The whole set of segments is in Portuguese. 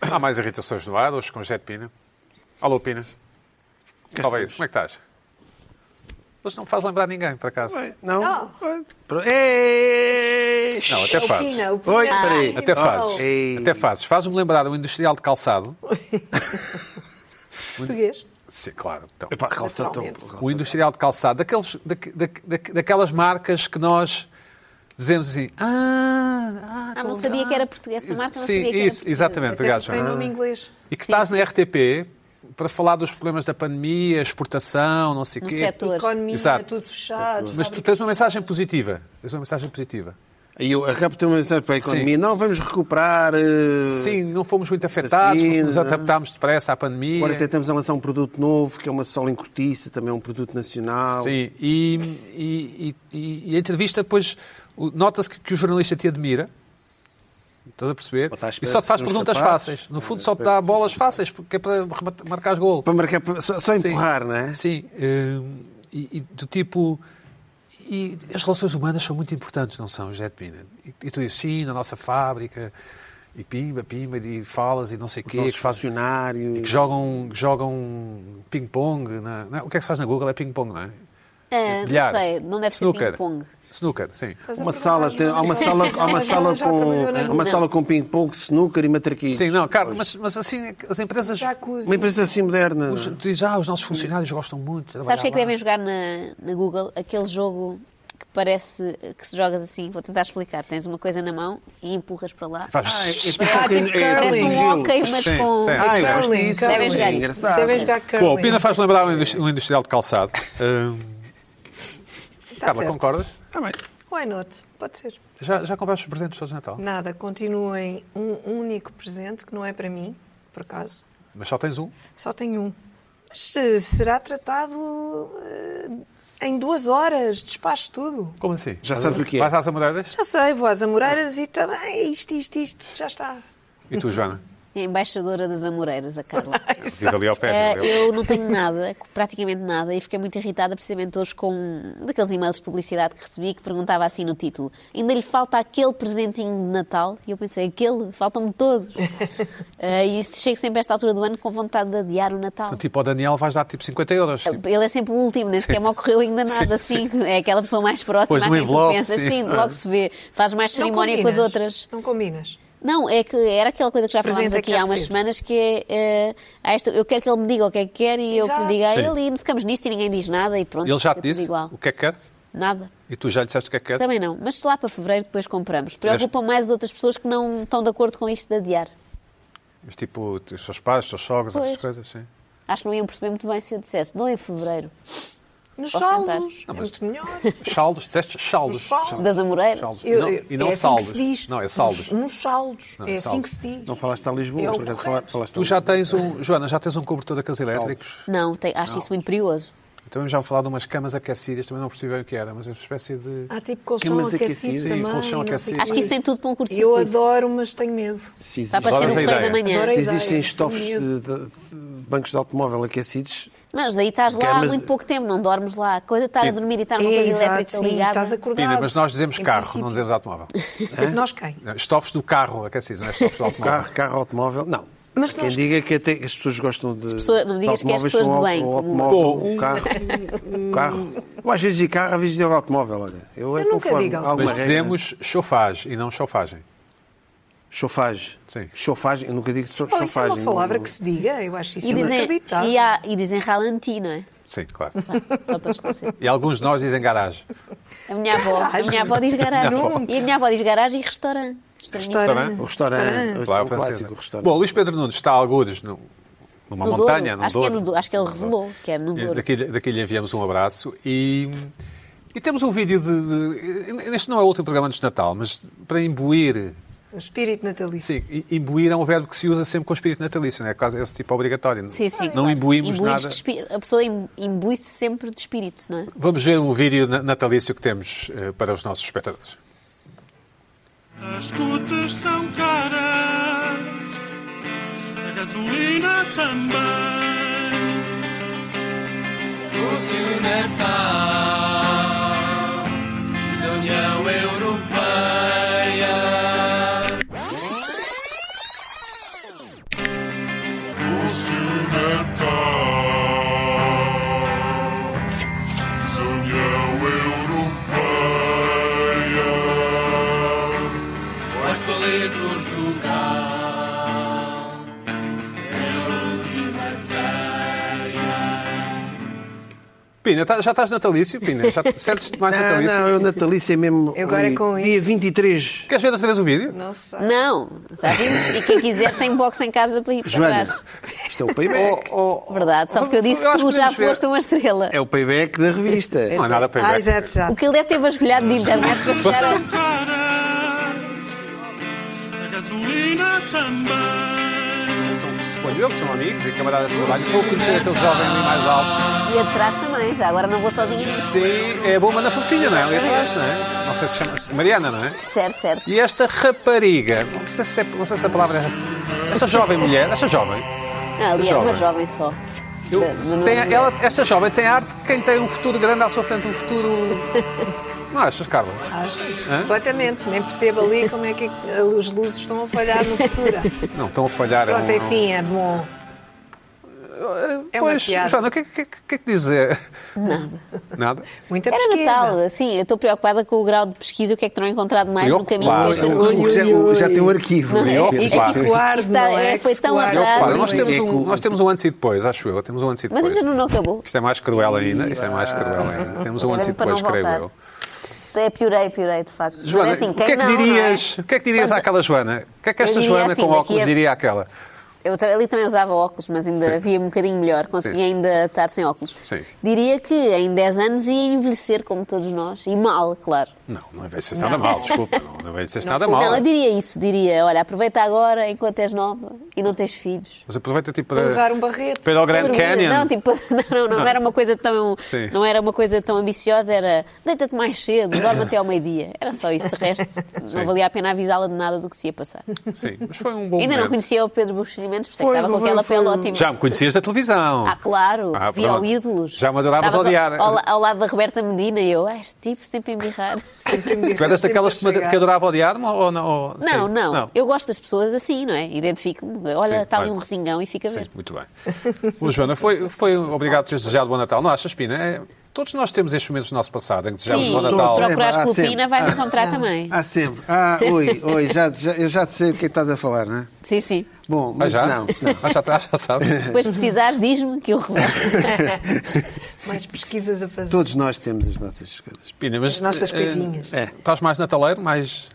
Há mais irritações no ar, hoje com Jet Pina. Alô, Pina. Talvez. Como é que estás? Hoje não me faz lembrar ninguém, por acaso. Não. Oh. Pro- Ei! Não, até O fazes. Pina, o Pina. Oi, peraí. Até Não. fazes. Ei. Até fazes. Fazes-me lembrar um industrial de calçado. Oh. Português. Sim, claro. Então. É Epá, calça tão... Naturalmente. O industrial de calçado, daqueles, daque- daque- daque- daquelas marcas que nós dizemos assim. Ah, ah, Ah, tão- não sabia que era português. Essa marca não Sim, sabia que era isso, portuguesa. exatamente. Obrigado, Tem João. nome inglês. E que estás na RTP para falar dos problemas da pandemia, exportação, não sei o No quê. setor. Dor. Economia, Exato. tudo fechado. Mas tu tens uma mensagem positiva. Tens uma mensagem positiva. E eu acabo de ter uma mensagem para a economia. Não, vamos recuperar... eh, Sim, não fomos muito afetados, porque nos Vacina. adaptámos depressa à pandemia. Agora até estamos a lançar um produto novo, que é uma sola em cortiça, também é um produto nacional. Sim, e, e- e- e a entrevista depois o- nota-se que, que o jornalista te admira. Estás a perceber? Ou está tá à espera E só te faz de um ter uns perguntas sapatos. fáceis. No fundo, só te dá bolas fáceis, porque é para remata- marcares golo. Para marcar, para- só, só empurrar, não é? Sim. hum, E, e do tipo. E as relações humanas são muito importantes, não são, José de Pina? E, e tu dizes sim, na nossa fábrica, e pimba, pimba, e falas, e não sei o quê, Nossos que fazes funcionários. que jogam, que jogam ping-pong. na- não é? O que é que se faz na Google? É ping-pong, não é? Ah, Bilhar. não sei, não deve ser Snooker. ping-pong. Snooker, sim. Estás a Uma perguntar sala, às tem- há uma mulheres. sala, há uma Mas ela sala já trabalhou na com, há uma Google. sala com ping-pong, snooker e matraquinhos. Sim, não, Carlos, mas, mas assim, as empresas. Jacuzzi. Uma empresa assim moderna. Os, tu dizes, ah, os nossos funcionários gostam muito de trabalhar Sabes o que é que lá." devem jogar na, na Google? Aquele jogo que parece que se jogas assim. Vou tentar explicar. Tens uma coisa na mão e empurras para lá. Faz- Ah, tipo Parece curling. um hóquei, mas Sim, com. sim. Ah, eu gosto Curling, disso. curling. Devem jogar isso. Engraçado. Devem jogar curling. Bom, o Pina faz lembrar um indus- um industrial de calçado. Hum, Tá Carla, certo. concordas? Está bem. Why not? Pode ser. Já, já compraste os presentes todos de Natal? Nada, continuem um único presente que não é para mim, por acaso. Mas só tens um. Só tenho um. Mas eh, será tratado eh, em duas horas, despacho tudo. Como assim? Já sabes o que é. Vais às Amoreiras? Já sei, vou às Amoreiras e também é isto, isto, isto, já está. E tu, Joana? É embaixadora das Amoreiras, a Carla. Diz ali ao pé. Eh, diz ali ao- eu não tenho nada, praticamente nada, e fiquei muito irritada precisamente hoje com um daqueles e-mails de publicidade que recebi que perguntava assim no título: ainda lhe falta aquele presentinho de Natal? E eu pensei: aquele? Faltam-me todos. Eh, e chego sempre a esta altura do ano com vontade de adiar o Natal. Então, tipo, ao Daniel vais dar tipo 50 euros. tipo. Ele é sempre o último, nem sequer me ocorreu ainda nada Sim, assim. É aquela pessoa mais próxima Pois, a um quem tu envelope, pensas, sim. Ah. sim, logo se vê. Faz mais Não cerimónia com as combinas? outras. Não combinas. Não, é que era aquela coisa que já falámos Presente é aqui que há há de umas ser. semanas que é. eh, há esta- eu quero que ele me diga o que é que quer e eu que Exato. lhe diga a Sim. ele e ficamos nisto e ninguém diz nada e pronto. Ele já é te tudo disse Igual. o que é que quer? Nada. E tu já lhe disseste o que é que quer? Também não. Mas lá para fevereiro depois compramos. Preocupam mais as outras pessoas que não estão de acordo com isto de adiar. Mas, tipo, os seus pais, os seus sogros, Pois. essas coisas, sim. Acho que não iam perceber muito bem se eu dissesse. Não em fevereiro. Nos Posso saldos, é muito melhor. Chaldos, disseste chaldos. Nos saldos. Das Amoreiras. Chaldos. Eu- Não, eu- e não é assim que saldos. se diz. Não, é saldos. Nos, nos saldos. Não, é é assim saldos. que se diz. Não falaste a Lisboa, É o por acaso correto. falaste a Tu já tens um. Joana, já tens um cobertor daqueles elétricos? Não, tem- acho isso muito perigoso. Também já me falaram de umas camas aquecidas, também não percebi bem o que era, mas é uma espécie de. Ah, Há tipo colchão é Mas aquecido, aquecido sim, também. colchão não sei aquecido. o Acho que isso quê. tem tudo para um curto Eu circuito. adoro, mas tenho medo. Se Tá Está existe- a parecer um Adoras a correio da ideia. manhã. Adoro a se ideia, existem tenho estofos de, medo. de- de bancos de automóvel aquecidos, Mas aí estás lá há Camas- muito pouco tempo, não dormes lá. A coisa de estar a dormir e estar numa É, coisa exato, elétrica sim, ligada. estás acordado. Pina, mas nós dizemos Em carro, princípio. não dizemos automóvel. Nós quem? Estofos do carro aquecidos, não é estofos do automóvel. carro, carro automóvel, não. Mas Há quem nós- diga que até as pessoas gostam de. pessoas- não me digas que é as automóveis, pessoas são de au- bem, o como- automóvel, Bom, o carro. o carro. Ou às vezes de carro, às vezes de automóvel, olha. Eu, é Eu nunca conforme digo há automóvel. alguma Mas regra. dizemos chofage e não chofagem. Chofage. Sim. Chofage, eu nunca digo so- Oh, chofage. isso é uma não- palavra não- que se diga. Eu acho isso E dizem, inacreditável. e, há, e dizem ralenti, não é? Sim, claro. Só para esclarecer. E alguns de nós dizem garagem. A minha avó, a minha avó diz garagem. Nunca. E a minha avó diz garagem e restaurante. Estranhíssimo. Restaurante. O restaurante, Lá é o francês, clássico né? restaurante. Bom, Luís Pedro Nunes está a algures no- numa No montanha, Douro. num Acho que é Douro. no Douro. Acho que ele revelou que é no E Douro. Daqui, daqui lhe enviamos um abraço e, e temos um vídeo de, de- Este não é o último programa antes de Natal, mas para imbuir. O espírito natalício. Sim, i- imbuir é um verbo que se usa sempre com espírito natalício, não é? Quase esse tipo obrigatório. Sim, sim. Não imbuímos Imbuídos nada. de espi- A pessoa im- imbui-se sempre de espírito, não é? Vamos ver um vídeo na- natalício que temos eh, para os nossos espectadores. As cotas são caras, a gasolina também. Doce o Natal, diz a União Europeia. doce Natal. Desunião Europeia. Vai falir Portugal. É a última ceia. Pina, tá- já estás natalício, Pina? Já te- sentes-te mais Não, natalício? Ah, não, eu natalício é mesmo. Eu agora ali, com Dia isto. 23. Queres ver outra vez o vídeo? Não sei. Não, já vimos. E quem quiser tem box em casa para ir para Joana, trás. isto é o payback. Oh, oh, Verdade, só porque eu disse Eu que acho tu que já podemos ver. foste um- uma estrela. É o payback da revista. Não há nada para ver. Ah, exato, O exato. que ele deve ter vasculhado de internet para chegar a... caras, a gasolina também. São, suponho eu que são amigos e camaradas de trabalho. Vou conhecer aquele jovem ali mais alto. E atrás também, já agora não vou sozinha. Sim, é a bomba na fofinha, não é? Ali atrás, não é? Não sei se chama-se Mariana, não é? Certo, certo. E esta rapariga, não sei se, é- não sei se a palavra é. rap- Esta jovem mulher, esta jovem. Não, ali é uma jovem só. eu- Mas não- tem, ela, esta jovem tem arte de quem tem um futuro grande à sua frente, um futuro. Não achas, Carla? Acho, Hã? completamente. Nem percebo ali como é que as luzes estão a falhar no futuro. Não, estão a falhar. é um- Pronto, enfim, é bom. É uma Pois, piada. Joana, o que, é- o que, é- o que é que dizer? Nada. Nada? Muita Era pesquisa. Natal, sim, eu estou preocupada com o grau de pesquisa, o que é que terão encontrado mais no caminho Preocupada. deste O- o- orgulho. o- é- já, o- já tem um arquivo. Não é? né? E que se guarde, Está- não é? é, foi Que se tão guarde. atrás. Olha, nós Não temos, é um, que- nós temos um antes e depois, acho eu. Temos um antes e Mas depois. ainda não acabou. Isto é mais cruel ainda. Isto é mais cruel ainda. Temos um Era antes e para não depois, creio voltar. eu. É, piorei, piorei, de facto. Mas Joana, assim, o, que quem é que não, não é? dirias, o que é que dirias àquela Joana? O que é que Eu esta diria Joana assim, com daqui óculos a- diria àquela? Eu ta- ali também usava óculos, mas ainda havia um bocadinho melhor. Consegui Sim. ainda estar sem óculos. Sim. Diria que em 10 anos ia envelhecer como todos nós. E mal, claro. Não, não vai ser nada mal, desculpa. Não, não vai ser nada Não, mal. eu diria isso. Diria, olha, aproveita agora enquanto és nova e não tens filhos. Mas aproveita tipo Para usar para, um barrete. para ir ao Grand Dormir. Canyon. Não, tipo, não, não, não era uma coisa tão, Sim. não era uma coisa tão ambiciosa, era deita-te mais cedo, dorme até ao meio-dia. Era só isso, de resto Sim. não valia a pena avisá-la de nada do que se ia passar. Sim, mas foi um bom tipo, Ainda não momento. conhecia o Pedro Buxerimentos, por isso é que Foi, estava com foi, aquela foi. pele ótima. Já me conhecias da televisão. Ah, claro, Ah, via pronto. o ídolos. Já me adoravas Estavas odiar. Ao, ao, ao lado da Roberta Medina e eu, ah, este tipo sempre a embirrar. Tu eras daquelas que, me- Sempre a que adorava odiar-me ou, ou não? ou- Não, sim, não, Eu gosto das pessoas assim, não é? Identifico-me. Olha, Sim, está ali claro. um resingão e fica a ver. Sim, muito bem. Bom, Joana, foi, foi obrigado por teres desejado bom Natal. Não achas, Pina? É- todos nós temos estes momentos do nosso passado em que desejamos Sim, bom se Natal. próprio- procurares Há pelo sempre. Pina, vais encontrar também. Ah, sempre. Ah, oi, oi, já, já- eu já sei o que é que estás a falar, não é? Sim, sim. Bom, Ah, mas já? não. Ah, já, ah, já sabes. Depois precisares, diz-me que eu revelo. Mais pesquisas a fazer. Todos nós temos as nossas coisas. Pina, mas, As nossas eh, coisinhas. É. Estás mais nataleiro, mais.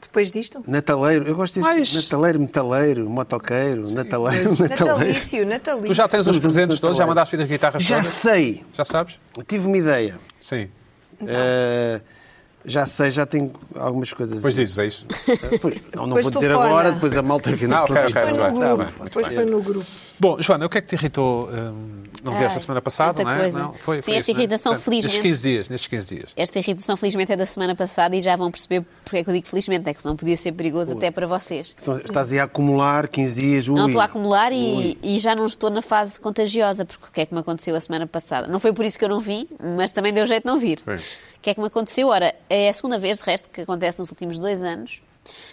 Depois disto? Nataleiro, eu gosto disso. Mas- Nataleiro, metaleiro, motoqueiro, nataleiro, nataleiro. Natalício, natalício. Tu já tens os Estamos a presentes nataleiro. todos? Já mandaste vir as guitarras Já todas? sei, Já sabes? tive uma ideia. Sim. Eh, já sei, já tenho algumas coisas. Depois dizes é isso. Eh, pois, não, não Depois vou dizer telefona. agora, depois a malta vem Ah, na ok, ok, televisão. Põe Muito no bem, está bem, grupo. muito Depois bem. põe no grupo. Bom, Joana, o que é que te irritou? hum, não vieste Ai, a semana passada, Ah, muita não é? coisa. Não, foi, Sim, foi isso, esta não é? irritação, Portanto, Nestes felizmente- 15 dias, nestes 15 dias. Esta irritação, felizmente, é da semana passada e já vão perceber porque é que eu digo felizmente, é que senão podia ser perigoso até para vocês. Então, estás aí a acumular 15 dias. Não ui. estou a acumular e, e já não estou na fase contagiosa, porque o que é que me aconteceu a semana passada? Não foi por isso que eu não vim, mas também deu jeito de não vir. Sim. O que é que me aconteceu? Ora, é a segunda vez, de resto, que acontece nos últimos dois anos.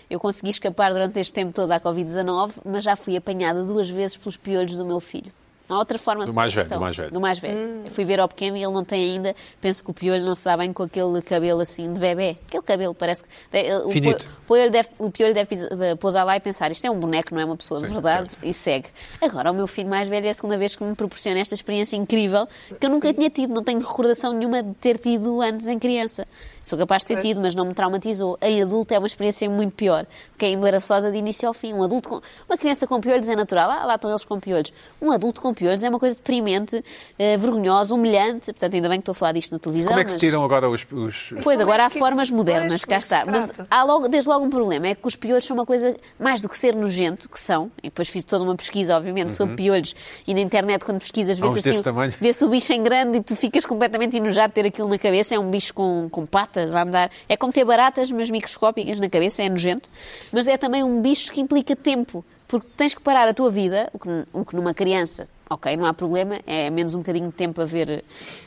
Eu consegui escapar durante este tempo todo à Covid-19, mas já fui apanhada duas vezes pelos piolhos do meu filho. Há outra forma de Do mais velho, questão. do mais velho. Do mais velho. Eu fui ver ao pequeno e ele não tem ainda, penso que o piolho não se dá bem com aquele cabelo assim de bebê. Aquele cabelo parece que. eh, o Finito. po- piolho deve- O piolho deve pisa- eh, pousar lá e pensar: isto é um boneco, não é uma pessoa de Sim, verdade, e segue. Agora, o meu filho mais velho é a segunda vez que me proporciona esta experiência incrível que eu nunca tinha tido, não tenho recordação nenhuma de ter tido antes em criança. Sou capaz de ter tido, mas não me traumatizou. Em adulto é uma experiência muito pior, porque é embaraçosa de início ao fim. Um adulto com... Uma criança com piolhos é natural, ah, lá estão eles com piolhos. Um adulto com piolhos é uma coisa deprimente, eh, vergonhosa, humilhante. Portanto, ainda bem que estou a falar disto na televisão. Como é que se mas- Então, tiram agora os. os- Pois, Como agora é há que formas isso- modernas, pois, cá como é que se está. Mas trata? há logo, desde logo um problema, é que os piolhos são uma coisa, mais do que ser nojento, que são, e depois fiz toda uma pesquisa, obviamente, sobre piolhos, e na internet, quando pesquisas, Uhum. uns vê-se desse assim, tamanho. vê-se o bicho em grande e tu ficas completamente enojado de ter aquilo na cabeça, é um bicho com, com patas a andar, é como ter baratas, mas microscópicas na cabeça, é nojento, mas é também um bicho que implica tempo. Porque tens que parar a tua vida, o que, o que numa criança, ok, não há problema, é menos um bocadinho de tempo a ver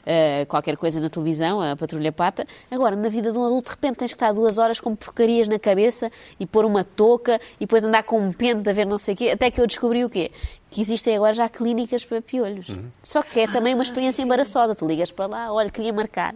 eh, qualquer coisa na televisão, a patrulha pata. Agora, na vida de um adulto, de repente tens que estar duas horas com porcarias na cabeça e pôr uma touca e depois andar com um pente a ver não sei o quê, até que eu descobri o quê? Que existem agora já clínicas para piolhos. Só que é também uma experiência embaraçosa. Tu ligas para lá, olha, queria marcar.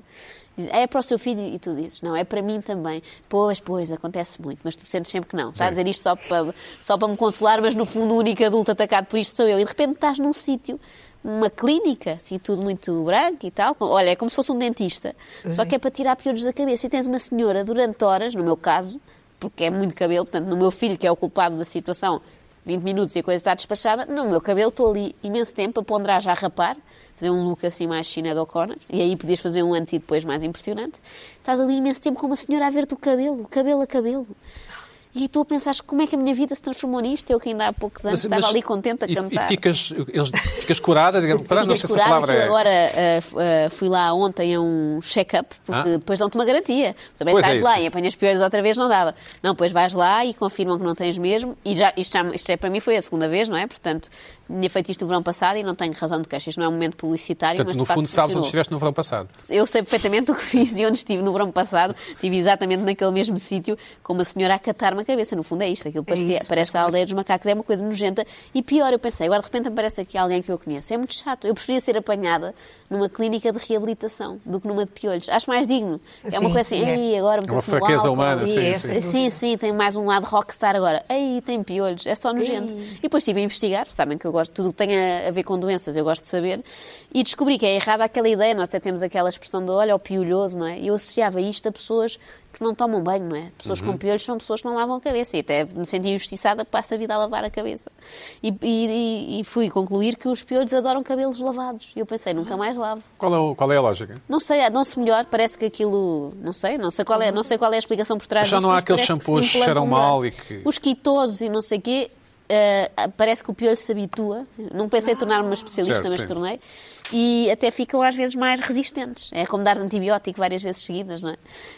Diz, É para o seu filho e tu dizes, não, é para mim também. Pois, pois, acontece muito, mas tu sentes sempre que não. Está a dizer isto só para, só para me consolar, mas no fundo o único adulto atacado por isto sou eu. E de repente estás num sítio, numa clínica, assim, tudo muito branco e tal. com- Olha, é como se fosse um dentista, só que é para tirar piolhos da cabeça. E tens uma senhora durante horas, no meu caso, porque é muito cabelo, portanto, no meu filho, que é o culpado da situação, 20 minutos e a coisa está despachada, no meu cabelo estou ali imenso tempo a ponderar já a rapar, fazer um look assim mais China do O'Connor, e aí podias fazer um antes e depois mais impressionante. Estás ali imenso tempo com uma senhora a ver-te o cabelo, cabelo a cabelo. E tu a pensar como é que a minha vida se transformou nisto, eu que ainda há poucos anos estava ali contente a e, cantar. E ficas, eles, ficas curada, digamos, curada, não sei Tinhas se a curado, palavra aquilo é. agora ah, f- ah, fui lá ontem a um check-up, porque Ah. depois dão-te uma garantia. Também Pois é estás lá isso. e apanhas piores outra vez, não dava. Não, pois vais lá e confirmam que não tens mesmo. E já, isto, já- isto é, para mim foi a segunda vez, não é? Portanto, tinha feito isto o verão passado e não tenho razão de queixa. Isto não é um momento publicitário, Portanto, mas de no facto, fundo, sabes onde funcionou. estiveste no verão passado. Eu sei perfeitamente o que fiz e onde estive no verão passado. Estive exatamente naquele mesmo sítio com uma senhora a catar-me a cabeça. No fundo é isto. Aquilo parecia, isso, parece a aldeia dos macacos. É uma coisa nojenta. E pior, eu pensei, agora de repente aparece aqui alguém que eu conheço. É muito chato. Eu preferia ser apanhada numa clínica de reabilitação do que numa de piolhos. Acho mais digno. é uma Sim, coisa assim, é. ei, agora me É uma fraqueza humana, E sim, essa- sim. Sem Sim, sim, tem mais um lado rockstar agora. Aí tem piolhos, é só nojento. E depois estive a investigar, sabem que eu gosto, tudo o que tem a, a ver com doenças, eu gosto de saber, e descobri que é errada aquela ideia, nós até temos aquela expressão de olha o piolhoso, não é? Eu associava isto a pessoas que não tomam banho, não é? Pessoas Uhum. com piolhos são pessoas que não lavam a cabeça, e até me senti injustiçada, passo a vida a lavar a cabeça. E, e- e- e fui concluir que os piolhos adoram cabelos lavados. E eu pensei, nunca mais lavo. Qual é, o- qual é a lógica? Não sei, não-se melhor, parece que aquilo. Não sei, não sei qual é, não sei qual é a explicação por trás Mas já disto, não há mas aqueles parece que se shampoos que implanta cheiram um mal dado. e que- Os quitosos e não sei quê, eh, parece que o piolho se habitua. Não pensei em tornar-me uma especialista, Certo, mas sim. tornei. é? E até ficam às vezes mais resistentes. É como dar antibiótico várias vezes seguidas, não é?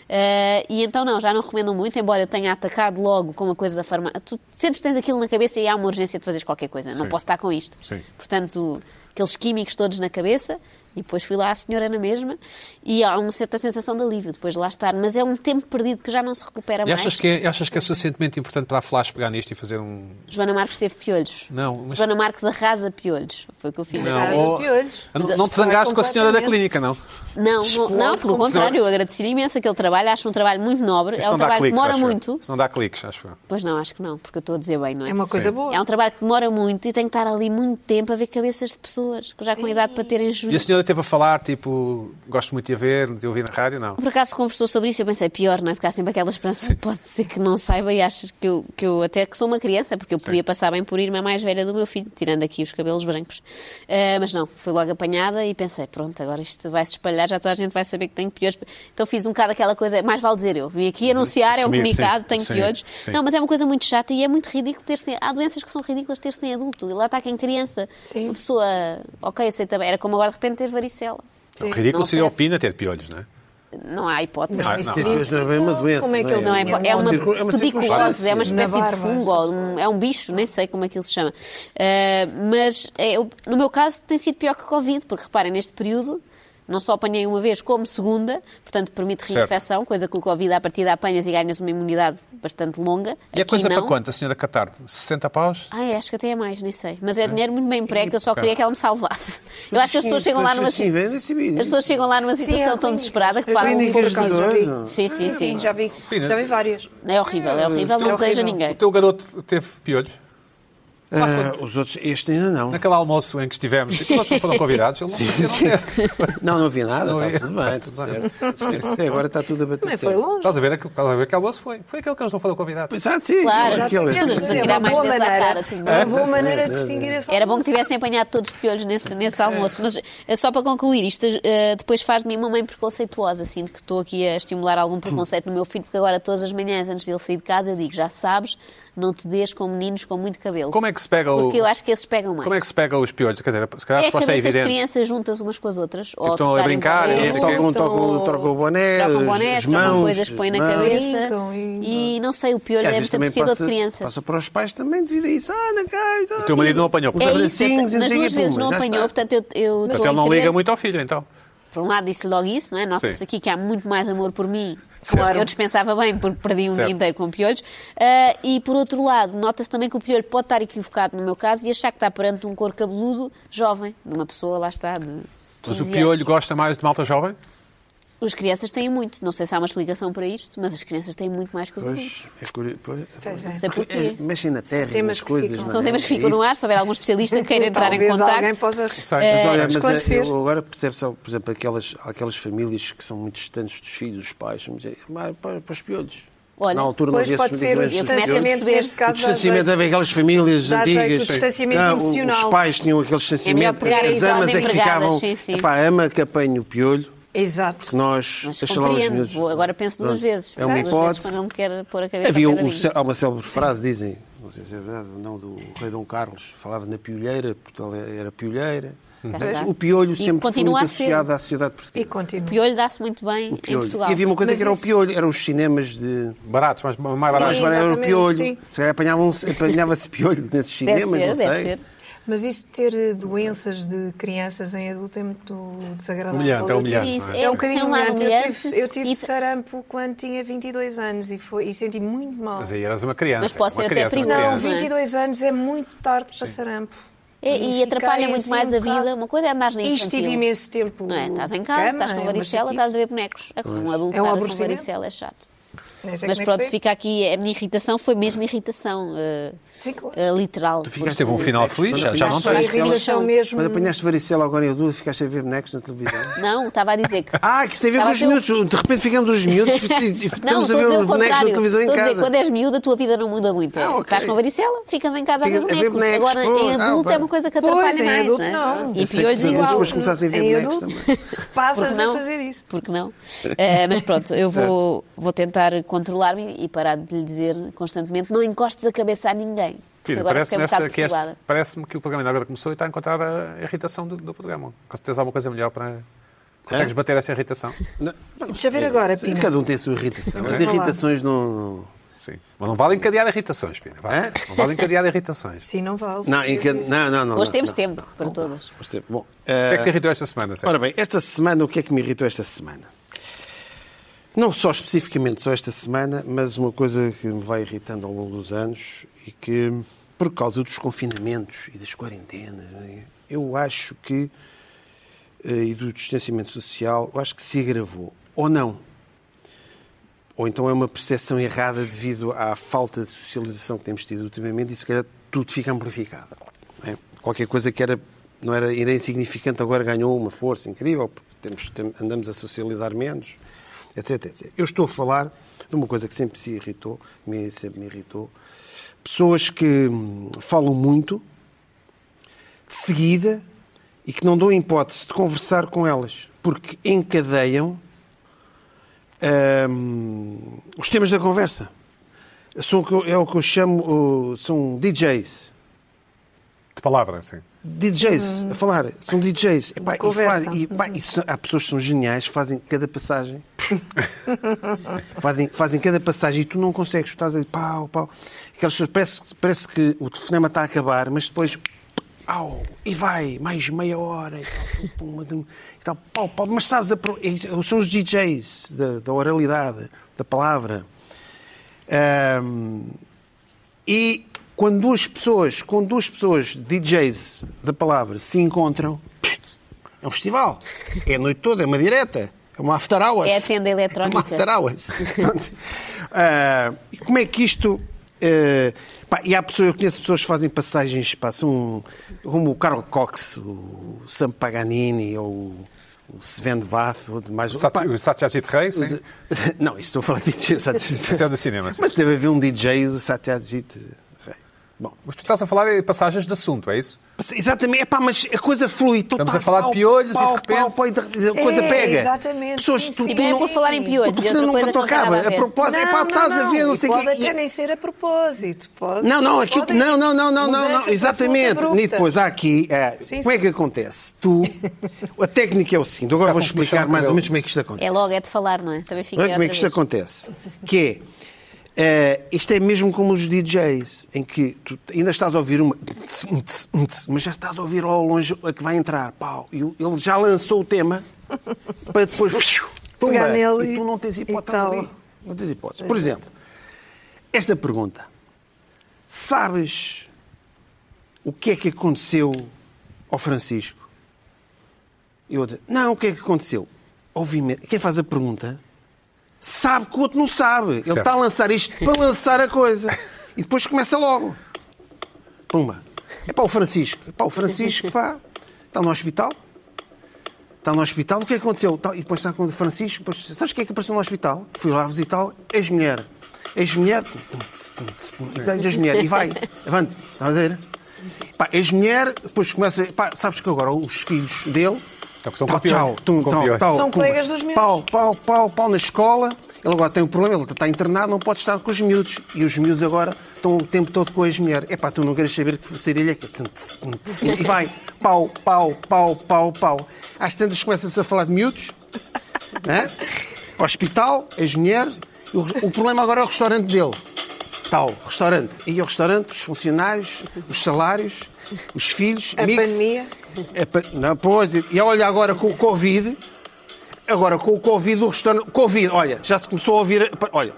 Eh, e então, não, já não recomendo muito, embora eu tenha atacado logo com uma coisa da farmácia. Tu sentes que tens aquilo na cabeça e há uma urgência de fazeres qualquer coisa. Não Sim. posso estar com isto. Sim. Portanto, aqueles químicos todos na cabeça, e depois fui lá à senhora na mesma, e há uma certa sensação de alívio depois de lá estar, mas é um tempo perdido que já não se recupera E mais. achas que, é, achas que é suficientemente importante para a Flash pegar nisto e fazer um. Joana Marques teve piolhos. Não, mas- Joana Marques arrasa piolhos. Foi o que eu fiz. Não, Atrás dos piolhos. Ah, não- Mas não a te zangaste história com a senhora da completamente- clínica, não? Não, não, Explode não, pelo como contrário, eu agradecer imenso aquele trabalho, acho um trabalho muito nobre, Isto é um não dá trabalho que cliques, demora acho eu. muito. Isto não dá cliques, acho eu. Pois não, acho que não, porque eu estou a dizer bem, não é? É uma coisa Sim. boa. É um trabalho que demora muito e tem que estar ali muito tempo a ver cabeças de pessoas, que já com idade para terem juízo. E a senhora esteve a falar, tipo, gosto muito de a ver, de ouvir na rádio, não? Por acaso conversou sobre isso, eu pensei, pior, não é? Porque há sempre aquela esperança, pode ser que não saiba e achas que eu, que eu até que sou uma criança, porque eu podia passar bem por irmã mais velha do meu filho, tirando aqui os cabelos brancos. Ah, mas não, fui logo apanhada e pensei, pronto, agora isto vai se espalhar, já toda a gente vai saber que tenho piolhos. Então fiz um bocado aquela coisa, mais vale dizer eu, vim aqui anunciar, é um Uhum. Assumir, sim, comunicado, tenho sim, piolhos. sim. Não, mas é uma coisa muito chata e é muito ridículo ter sem. Há doenças que são ridículas ter sem adulto, e lá está quem criança. Sim. Uma pessoa, ok, aceita bem, era como agora de repente ter varicela. O É ridículo Não seria o parece. Pina ter piolhos, não é? Não há hipótese. Ah, isso não, seria não. Mas não é uma doença, Como é que não é? ele Não, é, tinha? é uma circun- é uma pediculose, circunstância. é uma Na espécie de barba, fungo, essas ou um- é um bicho, nem sei como aquilo se chama. Uh, mas é, eu- no meu caso tem sido pior que Covid, porque reparem, neste período não só apanhei uma vez como segunda, portanto permite reinfecção, coisa que o Covid à partida apanhas e ganhas uma imunidade bastante longa. E a Aqui coisa não. para quanto, a senhora Catardo? 60 paus? Ai, acho que até é mais, nem sei. Mas é dinheiro muito bem emprego, eu só Ok. queria que ela me salvasse. Eu acho que as pessoas chegam lá numa Sim, vem nesse vídeo. as pessoas chegam lá numa Sim, situação é tão horrível. desesperada que Eu um já pagam vi por Ninguém por acaso, já ajudou, vi. não. Sim, sim, sim. Já vi, Pina. já vi várias. É horrível, é horrível, não horrível. deseja ninguém. O teu garoto teve piolhos? Ah, os outros, este ainda não. Naquele almoço em que estivemos, é que nós não foram convidados, ele não é. podia não ter. Não, não vi nada, Não é? está Tá tudo bem, tudo certo. Sim, sim, Agora está tudo a bater Também foi certo. longe. Estás a ver, estás a ver que almoço foi? Foi aquele que eles não foram convidados. Pensado, sim. Claro, aquele- tu nos É a tirar uma mais boa vezes à maneira. cara, tudo bem. É uma boa maneira de distinguir essa Era bom que tivessem apanhado todos os piolhos nesse, nesse almoço. Mas eh, só para concluir, isto eh, depois faz de mim uma mãe preconceituosa, assim, de que estou aqui a estimular algum preconceito no meu filho, porque agora todas as manhãs, antes dele sair de casa, eu digo, já sabes, não te dês com meninos com muito cabelo. Como é que se pega o. Porque eu acho que esses pegam mais. Como é que se pega os piolhos? Quer dizer, se calhar a É a resposta é cabeça de evidente. crianças juntas umas com as outras. ou estão ali a tocarem brincar, é e bonés, não sei o quê. Trocam, trocam, trocam um, o boné, Trocam as bonés, trocam mãos, coisas, põem na as mãos. cabeça. Brincam e- E não sei, o piolho é E às deve vezes ter também possível de passa, crianças. passa para os pais também devido a isso. Ah, não cai. O teu marido não apanhou. Os portanto. É isso, abracinhos, nas não sei o duas quê, vezes pum, não já apanhou, está. portanto eu eu Portanto, estou a ele não querer- liga muito ao filho, então. Por um lado disse logo isso, não é? Nota-se Sim. aqui que há muito mais amor por mim. Claro. Eu dispensava bem porque perdi um Certo. dia inteiro com piolhos. Ah, e por outro lado, nota-se também que o piolho pode estar equivocado no meu caso e achar que está perante um cor cabeludo jovem, de uma pessoa, lá está, de 15 Mas o anos. piolho gosta mais de malta jovem? As crianças têm muito, não sei se há uma explicação para isto, mas as crianças têm muito mais que os adultos. Pois, é curioso. pois, Pois é. Não sei porquê. é, Mexem na terra, e temas nas que coisas. ficam. não São é? temas que É ficam no isso. ar, se houver algum especialista que queira entrar em Talvez alguém contacto. possa... Sei. É. Mas olha, mas é, esclarecer. eu agora percebe-se, por exemplo, aquelas, aquelas famílias que são muito distantes dos filhos, dos pais, vamos dizer, mas é para, para os piolhos. Olha, Na altura não Pois havia assim pode ser o grande Eu começo a distanciamento. distanciamento, perceber. neste O caso, dá distanciamento jeito. havia aquelas famílias Dá jeito, antigas. o distanciamento Ah, o- emocional. Os pais tinham aquele É melhor distanciamento. pegarem as só as amas é que empregadas, ficavam. sim, sim. Epá, ama que apanhe o piolho, Exato. que nós. Mas deixa lá os compreendo, miúdos. vou- agora penso duas Pronto. vezes. É uma duas vezes hipótese. quando não me quer pôr a cabeça Havia ao pé da um, vida. há uma célebre frase, dizem, não sei se é verdade ou não, do rei Dom Carlos, falava na piolheira, Portugal era piolheira. Uhum. O piolho E sempre foi continua muito a ser. associado à sociedade portuguesa. E continua. O piolho dá-se muito bem em Piolho. Portugal. E havia uma coisa Mas que era isso- o piolho, eram os cinemas de... Baratos, mas mais Sim. Mas baratos. era o exatamente, piolho. sim. Se calhar apanhavam-se- apanhava-se piolho nesses Deve cinemas, ser, não deve sei. ser. Mas isso de ter eh, doenças de crianças em adulto é muito desagradável. Humilhante, é humilhante. Sim, não é- É um bocadinho Tem um lado humilhante. Eu humilhante tive, eu tive e- sarampo quando tinha 22 anos e, foi, e senti muito mal. Mas aí eras uma criança. Mas pode uma ser até criança, uma perigoso. Não, criança. não é? 22 anos é muito tarde para sarampo. É, e fiquei atrapalha muito assim mais a um bocado. vida. Uma coisa é andares na E infantil. estive imenso tempo. Não é? Estás em casa, cama, estás com é uma varicela, chatice. estás a ver bonecos. É como um adulto É um estar com aborrecimento. varicela, é chato. Não sei Mas como é que pronto, foi. fica aqui. A minha irritação foi mesmo irritação eh, Sim, claro. eh, literal. Mas porque- teve um final feliz, já, já não Acho que tens. sim. Irritação relação- mesmo. Quando apanhaste varicela agora em adulto, ficaste a ver bonecos na televisão. Não, estava a dizer que. Ah, que isto tem a ver Estava com a os ter um- miúdos. De repente ficamos os miúdos e Não, ficamos estou a a ver dizer o os bonecos na contrário. televisão em Estou a dizer, quando casa. é és miúda, a tua vida não muda muito. É, Ah, ok. Estás com varicela, ficas em casa Fica- a ver a ver bonecos. bonecos, Agora, pô. em adulto Ah, é uma pá. coisa que Pois, atrapalha em mais. adulto, é? não. E Eu sei que piolhos os adultos igual. depois começassem a ver Em bonecos adulto, também. Passas Porque não? a fazer isso. Porque não? Eh, mas pronto, eu vou, vou tentar controlar-me e parar de lhe dizer constantemente não encostes a cabeça a ninguém. Porque Filho, agora parece-me fiquei um bocado esta- é que este- perturbada. parece-me que o programa ainda agora começou e está a encontrar a irritação do, do programa. Tens alguma coisa melhor para. Consegues bater essa irritação? Não, não, Deixa eu ver agora, sim, Pina. Cada um tem a sua irritação. As Vamos lá. irritações não. Sim. Mas não vale encadear irritações, Pina. vá. Hã? Não vale encadear irritações. Sim, não vale. Não, em que- não, não, não. Hoje não, temos não, tempo não. para todas. Hoje temos- Bom, O que é que te eh, irritou esta semana, Sérgio? Ora bem, esta semana, o que é que me irritou esta semana? Não só especificamente só esta semana, mas uma coisa que me vai irritando ao longo dos anos e que, por causa dos confinamentos e das quarentenas, não é? eu acho que, eh, e do distanciamento social, eu acho que se agravou. Ou não. Ou então é uma percepção errada devido à falta de socialização que temos tido ultimamente e se calhar tudo fica amplificado. não é? Qualquer coisa que era, não era, era insignificante agora ganhou uma força incrível porque temos, tem- andamos a socializar menos, etc, etc. Eu estou a falar de uma coisa que sempre se irritou, me, sempre me irritou. Pessoas que hum, falam muito de seguida e que não dão hipótese de conversar com elas porque encadeiam Ahm, Ehm, os temas da conversa. São, o que eu- é o que eu chamo, o- são DJs. De palavra, sim. DJs, a falar, são DJs. Epá, e conversa. fazem- e, pá, e são- há pessoas que são geniais, fazem cada passagem. fazem, fazem cada passagem e tu não consegues, tu estás ali, pau, pau. Aquelas pessoas, parece, parece que o telefonema está a acabar, mas depois, au, e vai, mais meia hora, e tal, pum, pum, pum, e tal, pau, pau. Mas sabes, a pro- e são os DJs da, da oralidade, da palavra. Ahm, e quando duas pessoas, quando duas pessoas, DJs da palavra, se encontram, é um festival. É a noite toda, é uma direta. É uma after hours. É a tenda É eletrónica. uma after hours. Pronto. Ah, e como é que isto... eh, pá, e há pessoas, eu conheço pessoas que fazem passagens, pá, são, como o Carl Cox, o Sam Paganini, ou o Sven Vath, ou demais. O Sat- Pá, O Satyajit Rei, eh, sim. é não, isto estou a falar de DJ. Satyajit. Isso é do cinema, sim. Mas deve haver um DJ do Satyajit Ray. Bom, Mas tu estás a falar de passagens de assunto, é isso? mas exatamente, epá, mas a coisa flui. tu Estamos pá, a falar de pau, piolhos e de pau, repente- pau, pau, e de- a coisa É, pega. exatamente, Pessoas, sim, tu, sim. tu, E bem, é por falar em o piolhos. e telefone outra coisa nunca que não te tem nada acaba. a A ver. propósito, epá, é estás a ver, não sei o pode quê. até E- nem ser a propósito. Pode, Não, não, aquilo, podem- não, não, não, não, não, mudança não, de exatamente. assunto E depois abrupta. há aqui, é, Sim, como é sim. que acontece? Tu, a técnica é o seguinte, agora Já vou com puxão explicar no mais ou cabelo. menos como é que isto acontece. É logo, é de falar, não é? Também fica Olha como é outra que isto vez. acontece? Que é, eh, isto é mesmo como os DJs, em que tu ainda estás a ouvir uma, tss, um tss, um tss, mas já estás a ouvir lá ao longe a que vai entrar, pau, e o- ele já lançou o tema, para depois, piu, tumba, Pegar nele e tu não tens e- hipótese e tal. é. ali. Não tens hipótese. Por exemplo, esta pergunta. Sabes o que é que aconteceu ao Francisco? E o outro, não, o que é que aconteceu? Obviamente, quem faz a pergunta sabe que o outro não sabe. Ele Certo. está a lançar isto para lançar a coisa. E depois começa logo. Pumba. É para o Francisco. É para o Francisco, pá. Está no hospital. Está no hospital. O que é que aconteceu? Tal- E depois está com o Francisco. Depois... Sabes o que é que apareceu no hospital? Fui lá visitá-lo. Ex-mulher. Ex-mulher. E daí Ex-mulher. E vai. Avante. Estás a ver? Pá, ex-mulher. Depois começa... Pá, sabes que agora os filhos dele... Estão- estão Tal, com piolhos. tchau, tum, Com tal, piolhos. tal, São tum. colegas dos meus. Pau, pau, pau, pau na escola. Ele agora tem um problema, ele está internado, não pode estar com os miúdos. E os miúdos agora estão o tempo todo com as mulheres. Epá, tu não queres saber que seria é que... tum, tss, tum, tss. E vai, pau, pau, pau, pau, pau. Às tantas começa-se a falar de miúdos. hã? Hospital, as mulheres. O, o problema agora é o restaurante dele. Tal, restaurante. E o restaurante, os funcionários, os salários, os filhos. A mix. pandemia. É pa- Não, pois, e olha agora com o Covid, agora com o Covid o restaurante. Covid, olha, já se começou a ouvir. a- pa- Olha.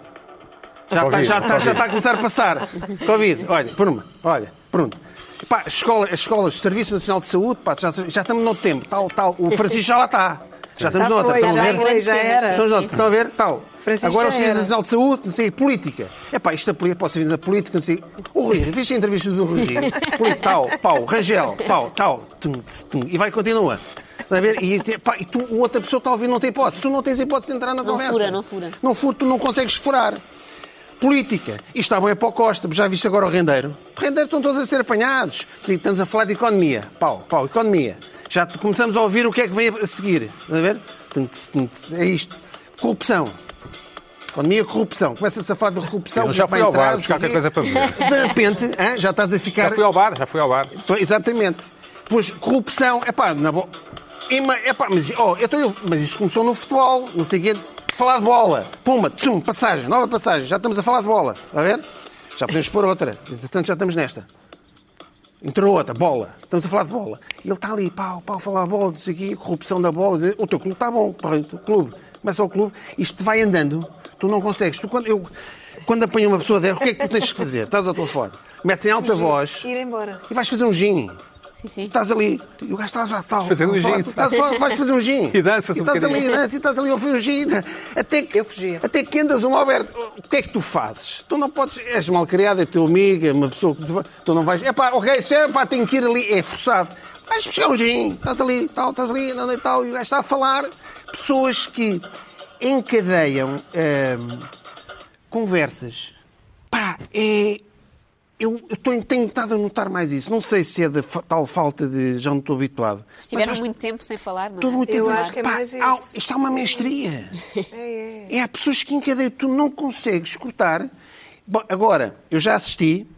Já está Covid, já tá, já Covid. tá a começar a passar. Covid, olha, prumo, olha, prumo. Pá, escola, as escolas, Serviço Nacional de Saúde, pá, já, já estamos no tempo. Tal, tal, o Francisco já lá está. Já estamos Já noutra, foi, estão Tá já a ver? foi, já era. Estamos noutra, Então, estão a ver? Tal. Francisco Agora o já Serviço era. Nacional de Saúde, não sei, política. É pá, isto da política, posso vir da política, não sei. O Rui, Rio, viste a entrevista do Rui Rio? Rui, tal, pau, Rangel, pau, tal, tum, tss, tum, e vai continua. Estás a ver? E, te- pá, e tu, a outra pessoa talvez não tem hipótese. Tu não tens hipótese de entrar na Não conversa. fura, não fura. Não fura, tu não consegues furar. Política. Isto está bom é para o Costa, mas já viste agora o rendeiro. O rendeiro estão todos a ser apanhados. Sim, estamos a falar de economia. Pau, pau, economia. Já te- começamos a ouvir o que é que vem a seguir. Estás a ver? Tum, tss, tum, tss, É isto. Corrupção. Economia, corrupção. Começa-se a falar de corrupção. Eu já vai fui ao entrar, bar não buscar sei qualquer coisa o para quê. ver. De repente, hã, já estás a ficar. Já fui ao bar, já fui ao bar. Pois, Então, Exatamente. Pois, corrupção, é pá, na boa. É pá, mas, oh, eu tô- eu- mas isso começou no futebol, não sei o quê. Falar de bola. Pumba, tsum, passagem, nova passagem. Já estamos a falar de bola. Está a ver? Já podemos pôr outra. Entretanto, já estamos nesta. Entrou outra, bola. Estamos a falar de bola. E ele está ali, pau, pau, falar de bola, não sei o quê, corrupção da bola. O teu clube está bom, pá, o teu clube. Começa o clube, isto vai andando, tu não consegues. Tu, quando, eu, quando apanho uma pessoa dela, o que é que tu tens que fazer? Estás ao telefone, metes em alta voz Ir embora. e vais fazer um gin. Sim, sim. Estás ali, e o gajo está já tal. Fazer um Estás a falar- gin. estás a falar- Vais fazer um gin. E danças um estás ali, bocadinho. dança, e estás ali a ouvir um gin. Até que, Eu fugia. Até que andas um Alberto. O que é que tu fazes? Tu não podes. És mal criada, é teu amigo, é uma pessoa que tu, tu não vais. É pá, ok, se é pá, tenho que ir ali. É forçado. Vais buscar um gin. Estás ali, tal, estás ali, não, não, tal. E o gajo está a falar. Pessoas que encadeiam hum, conversas. Pá, é. Eu, eu tenho, tenho estado a notar mais isso. Não sei se é da fa- tal falta de. Já não estou habituado. Estiveram Mas acho- um muito tempo sem falar, não é? todo muito Eu tempo. acho que é Pá, mais há- isso. Isto é uma mestria. É, é. É, há pessoas que encadeiam. Tu não consegues cortar. Bom, agora, eu já assisti.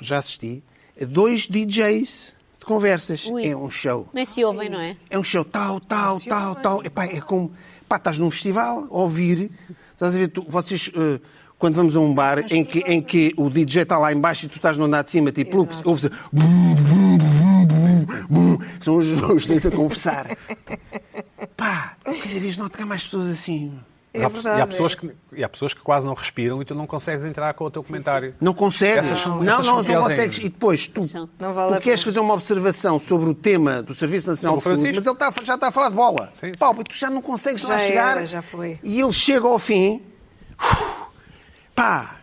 Já assisti a dois DJs de conversas. Ui. É um show. Nem se ouvem, não é? É um show tal, tal, tal, tal. Epá, é como. Pá, estás num festival, a ouvir. Estás a ver, tu, vocês. eh, quando vamos a um bar em que, em que o DJ está lá embaixo e tu estás no andar de cima, tipo, ups, ouves. a- bum, bum, bum, bum, bum. São os, os dois a conversar. Pá, cada vez não há mais pessoas assim. É Há- verdade, e, há pessoas é. que, e há pessoas que quase não respiram e tu não consegues entrar com o teu comentário. Não consegues. Essas são- não, essas não, são não piores consegues. ainda. E depois, tu, São. Não vale tu a queres pena. fazer uma observação sobre o tema do Serviço Nacional de Sobre o Saúde, mas ele Francisco. está- já está a falar de bola. Sim, sim. Pau, mas tu já não consegues lá Já era, chegar. já foi. E ele chega ao fim. Pá!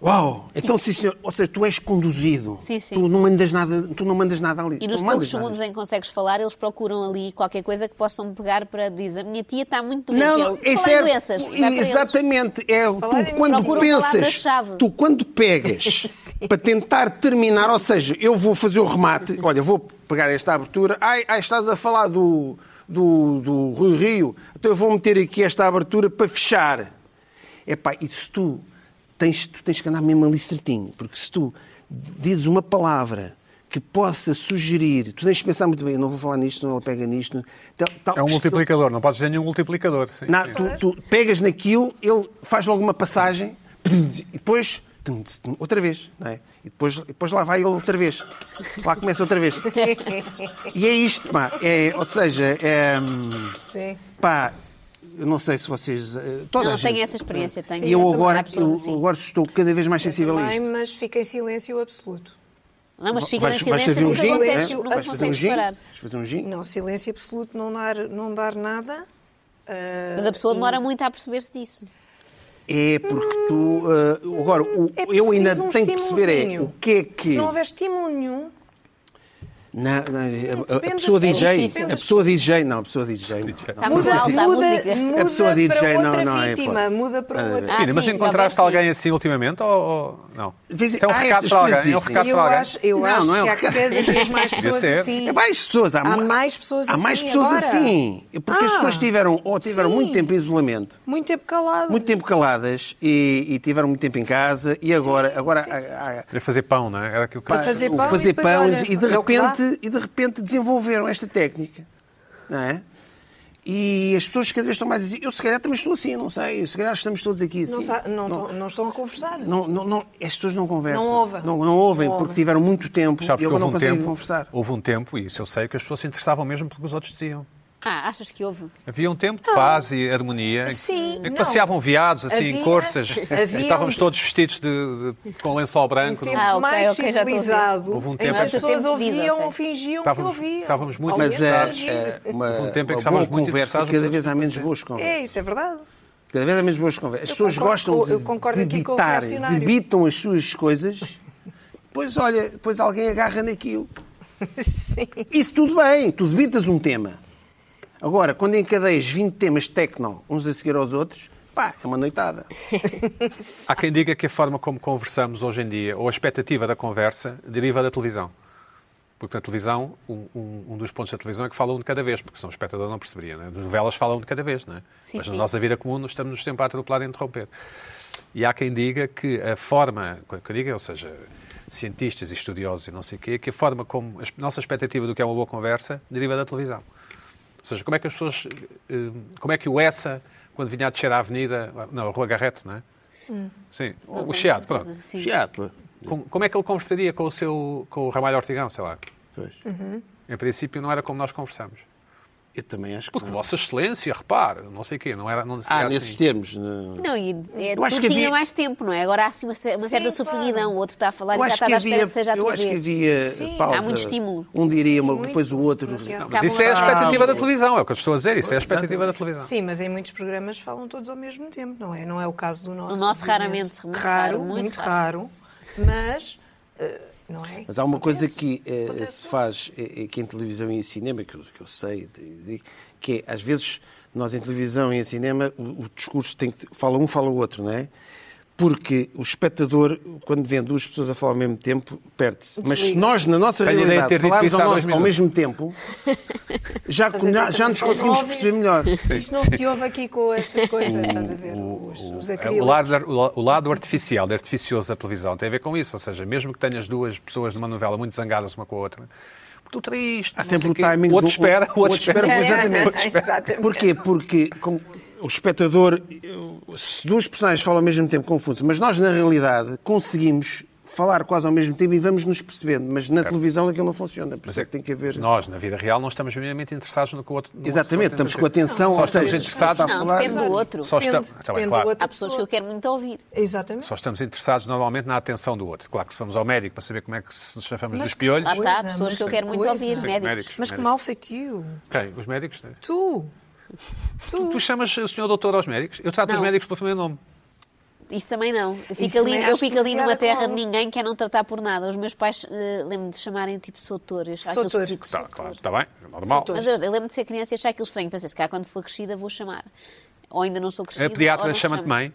Uau! Então, sim, senhor. Ou seja, tu és conduzido. Sim, sim. Tu não mandas nada, tu não mandas nada ali. E nos Tu não poucos mandas segundos nada. em que consegues falar, eles procuram ali qualquer coisa que possam pegar para dizer a minha tia está muito doente. Não, Ele, não, "Fala isso em é, doenças. E vai para eles. exatamente, é o- Falar tu em- quando Procura uma pensas, palavra-chave. tu quando pegas Sim. para tentar terminar, ou seja, eu vou fazer o remate, olha, vou pegar esta abertura, ai, ai, estás a falar do, do, do Rui Rio, então eu vou meter aqui esta abertura para fechar. Epá, e se tu tens, tu tens que andar mesmo ali certinho, porque se tu dizes uma palavra que possa sugerir, tu tens de pensar muito bem, eu não vou falar nisto, não ela pega nisto, tal, tal, É um multiplicador, não podes ter nenhum multiplicador. Sim, não, sim. tu, tu pegas naquilo, ele faz logo uma passagem e depois tum, tss, tum, outra vez, não é? E depois, e depois lá vai ele outra vez. Lá começa outra vez. E é isto, pá. É, ou seja, é, hum, Sim. pá, eu não sei se vocês. eh, Toda Não, a eu gente, tenho essa experiência, tenho. E eu Também agora, há pessoas eu, assim. agora estou cada vez mais sensível a Também, isto. mas fica em silêncio absoluto. Não, mas fica Vais- na vais silêncio fazer um porque gin, não né? consegues, não Vais fazer um consegues gin? parar. Vais fazer um gin? Não, silêncio absoluto, não dar, não dar nada. ah, Mas a pessoa demora muito a perceber-se disso. É porque tu. eh, agora, o- É eu ainda preciso um tenho que perceber é, estímulozinho. o que é que. Se não houver estímulo nenhum, Não, não, a, a- a Depende pessoa das- DJ, é difícil. a pessoa DJ, não, a pessoa DJ. Não, Está muito muda, alta a muda, música. A muda pessoa diz, para "Ei, não, outra não, é vítima, hipótese." muda para Nada a ver. outra. Ah, Pina, mas sim, encontraste já vai, sim. alguém assim ultimamente ou, ou- não? Vez em- é um Ah, recado estas para alguém. É um coisas recado existem. para Eu alguém. acho, eu Não, acho não é que um há recado. cada vez mais Devia pessoas ser. É assim. mais pessoas. Há, Há mu- mais pessoas Há assim mais pessoas agora. assim. Porque as Ah, pessoas tiveram, ou tiveram sim. muito tempo em isolamento, Muito tempo calado. muito tempo caladas e, e tiveram muito tempo em casa e agora, agora há- há- Era fazer pão, não é? Era aquilo que Para fazer o pão e fazer depois, pão olha, e de é o que dá. repente e de repente desenvolveram esta técnica, não é? E as pessoas cada vez estão mais assim. Eu se calhar também estou assim, não sei. Se calhar estamos todos aqui assim. Não, sa- não, tão- não estão a conversar. Não, não, não, as pessoas não conversam. Não ouvem. Não, não ouvem, Não porque ouvem. tiveram muito tempo Sabes e que agora houve não um conseguem tempo, conversar. houve um tempo, e isso eu sei, que as pessoas se interessavam mesmo pelo que os outros diziam. Ah, achas que houve? Havia um tempo de paz e harmonia em que, Então, Sim, em que não. passeavam viados, assim, em Havia- corças, havia e estávamos um- todos vestidos de, de- com lençol Um branco. tempo não- Ah, ok, mais ok, já estou a ouvir. civilizado Houve um em tempo que em as que- pessoas Tempo de vida, ouviam ok. ou fingiam Estávamos- que ouviam. estávamos muito Alguém Mas é, interessados. é fingia. uma, Houve um tempo em que uma boa estávamos muito conversa, interessados cada no que vez há menos boas eh, É, conversas. isso é verdade. Cada vez há menos boas conversas. As Eu pessoas concordo gostam com- de eu concordo aqui com o debitar, reacionário. debitam as suas coisas, pois olha, depois alguém agarra naquilo. Sim. Isso tudo bem, tu debitas um tema. Agora, quando encadeias 20 temas tecno, uns a seguir aos outros, pá, é uma noitada. Há quem diga que a forma como conversamos hoje em dia, ou a expectativa da conversa, deriva da televisão. Porque na televisão, um, um- um dos pontos da televisão é que fala um de cada vez, porque senão o espectador não perceberia. Né? Nas novelas fala um de cada vez, não é? Sim, Mas sim. na nossa vida comum nós estamos sempre a atropelar e interromper. E há quem diga que a forma, que eu diga, ou seja, cientistas e estudiosos e não sei o quê, que a forma como a nossa expectativa do que é uma boa conversa deriva da televisão. Ou seja, como é que as pessoas, eh, como é que o essa, quando vinha a descer à avenida, não, a Rua Garrete, não é? Sim, o tenho Chiado, certeza, pronto. Sim. Chato. Como, como é que ele conversaria com o seu, com o Ramalho Ortigão, sei lá? Em princípio não era como nós conversamos. Eu também acho que. Porque não. Vossa Excelência, repare, não sei o quê, não era, não seria Ah, assim. nesses termos. não. Não, e é, Eu acho tu que tinha havia- mais tempo, não é? Agora há assim uma, ce- uma Sim, certa claro. sofreguidão, o outro está a falar Eu e já acho que estava à espera havia, que seja a eu tua acho que vez. havia eh, Sim. pausa. Há muito estímulo. Um diria uma, Sim, depois o outro. muito. Não, Mas isso é a Acabam a expectativa falar. da televisão, é o que eu estou a dizer, isso é a expectativa da televisão. Sim, mas em muitos programas falam todos ao mesmo tempo, não é? Não é o caso do nosso. O nosso obviamente. raramente, muito raro, Raro, muito muito raro. Mas, eh, não é? Mas há uma coisa Acontece. que eh, Acontece. se faz eh, eh, que em televisão e em cinema, que eu, que eu sei, de- de- que é, às vezes nós em televisão e em cinema o, o discurso tem que. fala um, fala o outro, não é? Porque o espectador, quando vê duas pessoas a falar ao mesmo tempo, perde-se. Mas se nós, na nossa Tenho ideia de ter realidade, dito falarmos isso ao, há nosso- dois ao minutos. mesmo tempo, já, já, já nos conseguimos Óbvio. perceber melhor. Isto não se ouve aqui com estas coisas, estás a ver? Os, os é O acrílicos. lado, o la- o lado artificial, de artificioso da televisão tem a ver com isso. Ou seja, mesmo que tenhas duas pessoas numa novela muito zangadas uma com a outra, tu triste, Há não sempre sei o quê. timing O outro do- espera, o outro espera, espera. exatamente. É, um Exatamente. Porquê? Porque como o espectador, se duas personagens falam ao mesmo tempo, confunde-se. Mas nós, na realidade, conseguimos falar quase ao mesmo tempo e vamos nos percebendo. Mas na televisão aquilo não funciona. Por isso é que tem que haver... Nós, na vida real, não estamos minimamente interessados no que o outro. no outro está Exatamente, a estamos com dizer. atenção Só aos estamos textos. interessados. Está a Não, falar- depende do outro. Só Depende, estamos- Está bem, depende claro. da outra Há pessoas que eu quero muito ouvir. Exatamente. Só estamos interessados normalmente na atenção do outro. Claro que se vamos ao médico para saber como é que se nos chafamos Mas dos piolhos. Lá está, há Coisa, pessoas que eu mas quero muito coisa. ouvir, Sim, médicos. médicos. Mas que mal feitio. Quem? Os médicos? né? Tu. Tu. Tu chamas o senhor doutor aos médicos? Eu trato os Não. médicos pelo primeiro nome. Isso também não. Eu fico Isso ali, também eu acho fico ali numa demasiada terra cola. de ninguém que é não tratar por nada. Os meus pais, eh, lembro-me de chamarem tipo soutor. Eu achava aquilo Soutor. esquisito, Está soutor. claro, está bem, é normal. Sou Mas eu, eu lembro de ser criança e achar aquilo estranho. Pensei, se calhar quando for crescida vou chamar. Ou ainda não sou crescida. A ou pediatra não chama-te chamo. mãe,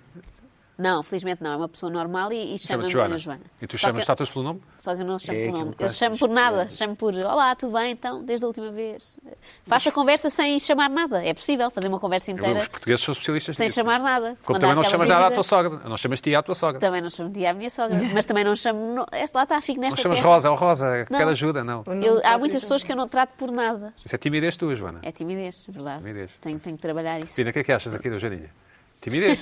Não, felizmente não. É uma pessoa normal e, e chama-me chama-te Joana. Joana. Joana. E tu Só chamas que- estatuas pelo nome? Só que eu não chamo É por aquilo nome. que Eu faz chamo por nada. Chamo por Olá, tudo bem então, desde a última vez. Faça conversa sem chamar nada. É possível fazer uma conversa inteira Os portugueses são especialistas sem nisso. chamar nada. Como também Mandar não aquela Então, chamas nada à dúvida. tua sogra. Não chamas tia à tua sogra. Também não chamo de à minha sogra, mas também não chamo. No... é, Lá está, fico Não nesta chamas terra. Rosa, ou Rosa, Não. quer ajuda, não. Ou não Eu- há próprio muitas já- pessoas que eu não trato por nada. Isso é timidez tua, Joana. É timidez, é verdade. Timidez. Tenho, tenho que trabalhar isso. Pina, o que é que achas aqui da Joaninha? Timidez.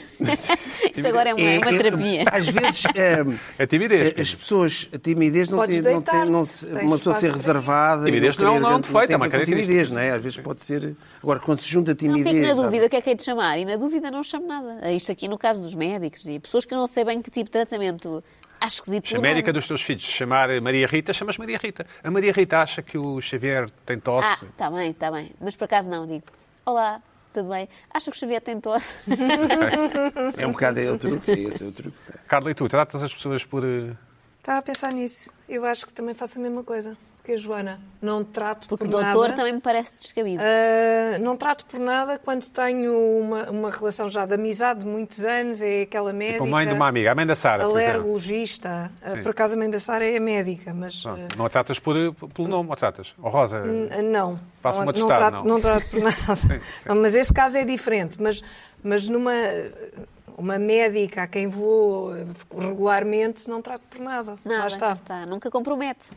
Isto agora é uma, é uma terapia. Às vezes ehm, É timidez. as pessoas, a timidez não Podes tem, não tem deitar-te, não se- tens uma pessoa espaço ser para- reservada. e Timidez não é um querer- nome não defeito, tem é uma a ver com característica. timidez, não é? Às vezes pode ser. Agora, quando se junta Não timidez. fico na sabe? dúvida o que é que é de chamar. E na dúvida não chamo nada. É Isto aqui no caso dos médicos e pessoas que eu não sei bem que tipo de tratamento. Acho esquisito. é? Se a por é médica nada. dos teus filhos chamar Maria Rita, chamas Maria Rita. A Maria Rita acha que o Xavier tem Ah, tosse. está bem, está bem. Mas por acaso não, digo. Olá, tudo bem? Acho que o Xavier tem tosse. É um bocado é o truque, é esse é o truque. Carla, e tu tratas as pessoas por. eh, Estava a pensar nisso. Eu acho que também faço a mesma coisa que a Joana. Não trato Porque por o doutor nada. também me parece descabido. Ah, não trato por nada quando tenho uma, uma relação já de amizade de muitos anos, é aquela médica. a mãe de uma amiga, a mãe da Sara, por exemplo. Alergologista. Ah, Sim. por acaso a mãe da Sara é médica, mas. Não, ah, não a tratas por, eh, pelo nome, ou tratas? Ou Rosa. ah, não. Faço não, uma testada, trato, não. trato por nada. Não, mas esse caso é diferente. Mas, mas numa uma médica a quem vou ah, regularmente, não trato por nada. Nada, Lá está. está. está. Nunca compromete.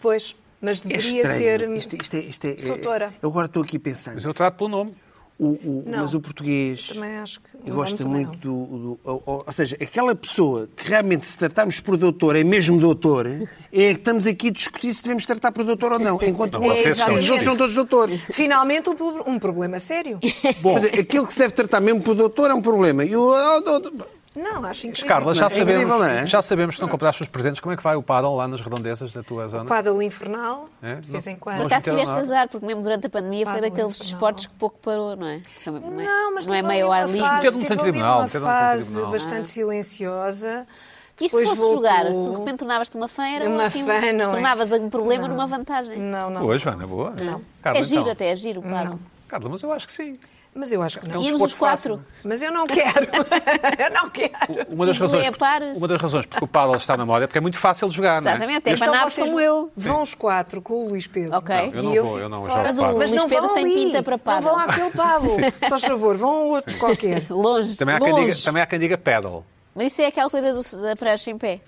Pois, mas É deveria estranho. ser. Isto, isto é, isto é- Soutora. Eu agora estou aqui pensando. Mas eu trato pelo nome. O, o- Não. mas o português. Também acho que. é Eu o gosto nome também muito do, do- ou, ou- ou seja, aquela pessoa que realmente se tratarmos por doutor é mesmo doutor, é que estamos aqui a discutir se devemos tratar por doutor ou não, enquanto Não, outros- vocês são os outros são todos doutores. não. Finalmente, um, pro- um problema sério. Bom, Mas aquilo que se deve tratar mesmo por doutor é um problema. E o, o- o- o- Não, acho incrível. Carla, já É incrível, sabemos, não é? já sabemos que não compraste os presentes. Como é que vai o paddle lá nas redondezas da tua zona? Pádel infernal, É? de vez em Não- Por quando. não- acaso tiveste azar, porque mesmo durante a pandemia foi Pá, daqueles não. desportos que pouco parou, não é? Também Não, é- Não, mas não é teve meio ali ar uma livre. É. fase- Teve um teve centro ali tribunal, uma teve um centro fase tribunal. bastante silenciosa. E se Depois fosses voltou... jogar, se tu de repente tornavas-te uma fã, era Uma ótimo. fã, não é? tornavas um problema numa vantagem. Não, não. Boa, Joana, boa. Carla, é giro então. até, é giro, claro. Carla, mas eu acho que sim. Mas eu acho que não. um Íamos desporto os quatro. Mas eu não quero. eu não quero. Uma das, E razões, goleia pares. uma das razões porque o paddle está na moda é porque é muito fácil de jogar, não é? Exatamente, é Então panados vocês como eu. Vão os quatro com o Luís Pedro. Ok. Não, eu não E vou, fico eu não fora. jogo Mas o pádel. Luís não Pedro vão tem ali, pinta para pádel. Não vão àquele pádel. Só favor, vão a outro qualquer. Longe. Também há, quem Longe. diga, também há quem diga paddle. Mas isso é aquela coisa do, da prancha em pé.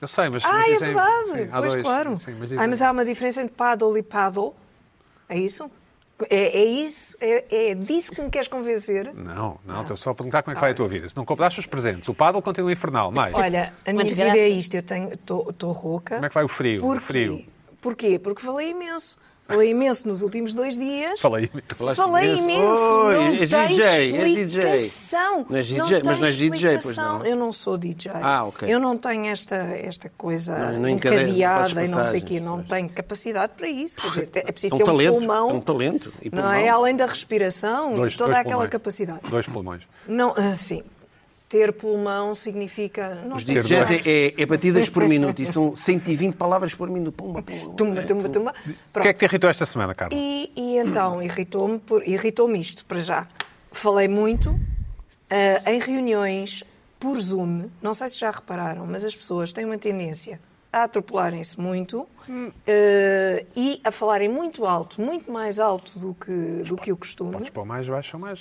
Eu sei, mas, mas Ah, é dizem... verdade. sim, há pois, dois, claro. sim, mas dizem- ah, mas há uma diferença entre paddle e paddle. É isso? É, é isso? É, é disso que me queres convencer? Não, não, estou só a perguntar como é que vai a tua vida. Se não compraste os presentes, o paddle continua infernal, é? mais. Olha, a minha desgraça. vida é isto. Eu tenho, estou rouca. Como é que vai o frio? O Porquê? frio. Porquê? Porque falei imenso. Falei imenso nos últimos dois dias. Falei, falaste Falei imenso. imenso. Oi, é não és tem DJ, és DJ. explicação. Não és DJ, mas tem não és DJ, pois explicação. não. Eu não sou DJ. Ah, ok. Eu não tenho esta, esta coisa Não, não encadeia, não encadeada fazes e não sei o passagens, quê. Não pois. tenho capacidade para isso. Quer dizer, é É preciso um ter um talento, pulmão. é um talento e Não é? pulmão. Além da respiração, Dois- toda dois aquela pulmões. capacidade. Dois pulmões. é Não, ah, sim. Ter pulmão significa... Não Os sei DJs falar. é, é- é batidas por minuto e são 120 palavras por minuto. Pumba, pumba, Tumba, tumba, tumba. O Pronto. que é que te irritou esta semana, Carla? E, e então irritou-me por- irritou-me isto para já. Falei muito ah, em reuniões por Zoom. Não sei se já repararam, mas as pessoas têm uma tendência a atropelarem-se muito ah, e a falarem muito alto, muito mais alto do que, do que o costume. Podes pôr mais baixo ou mais?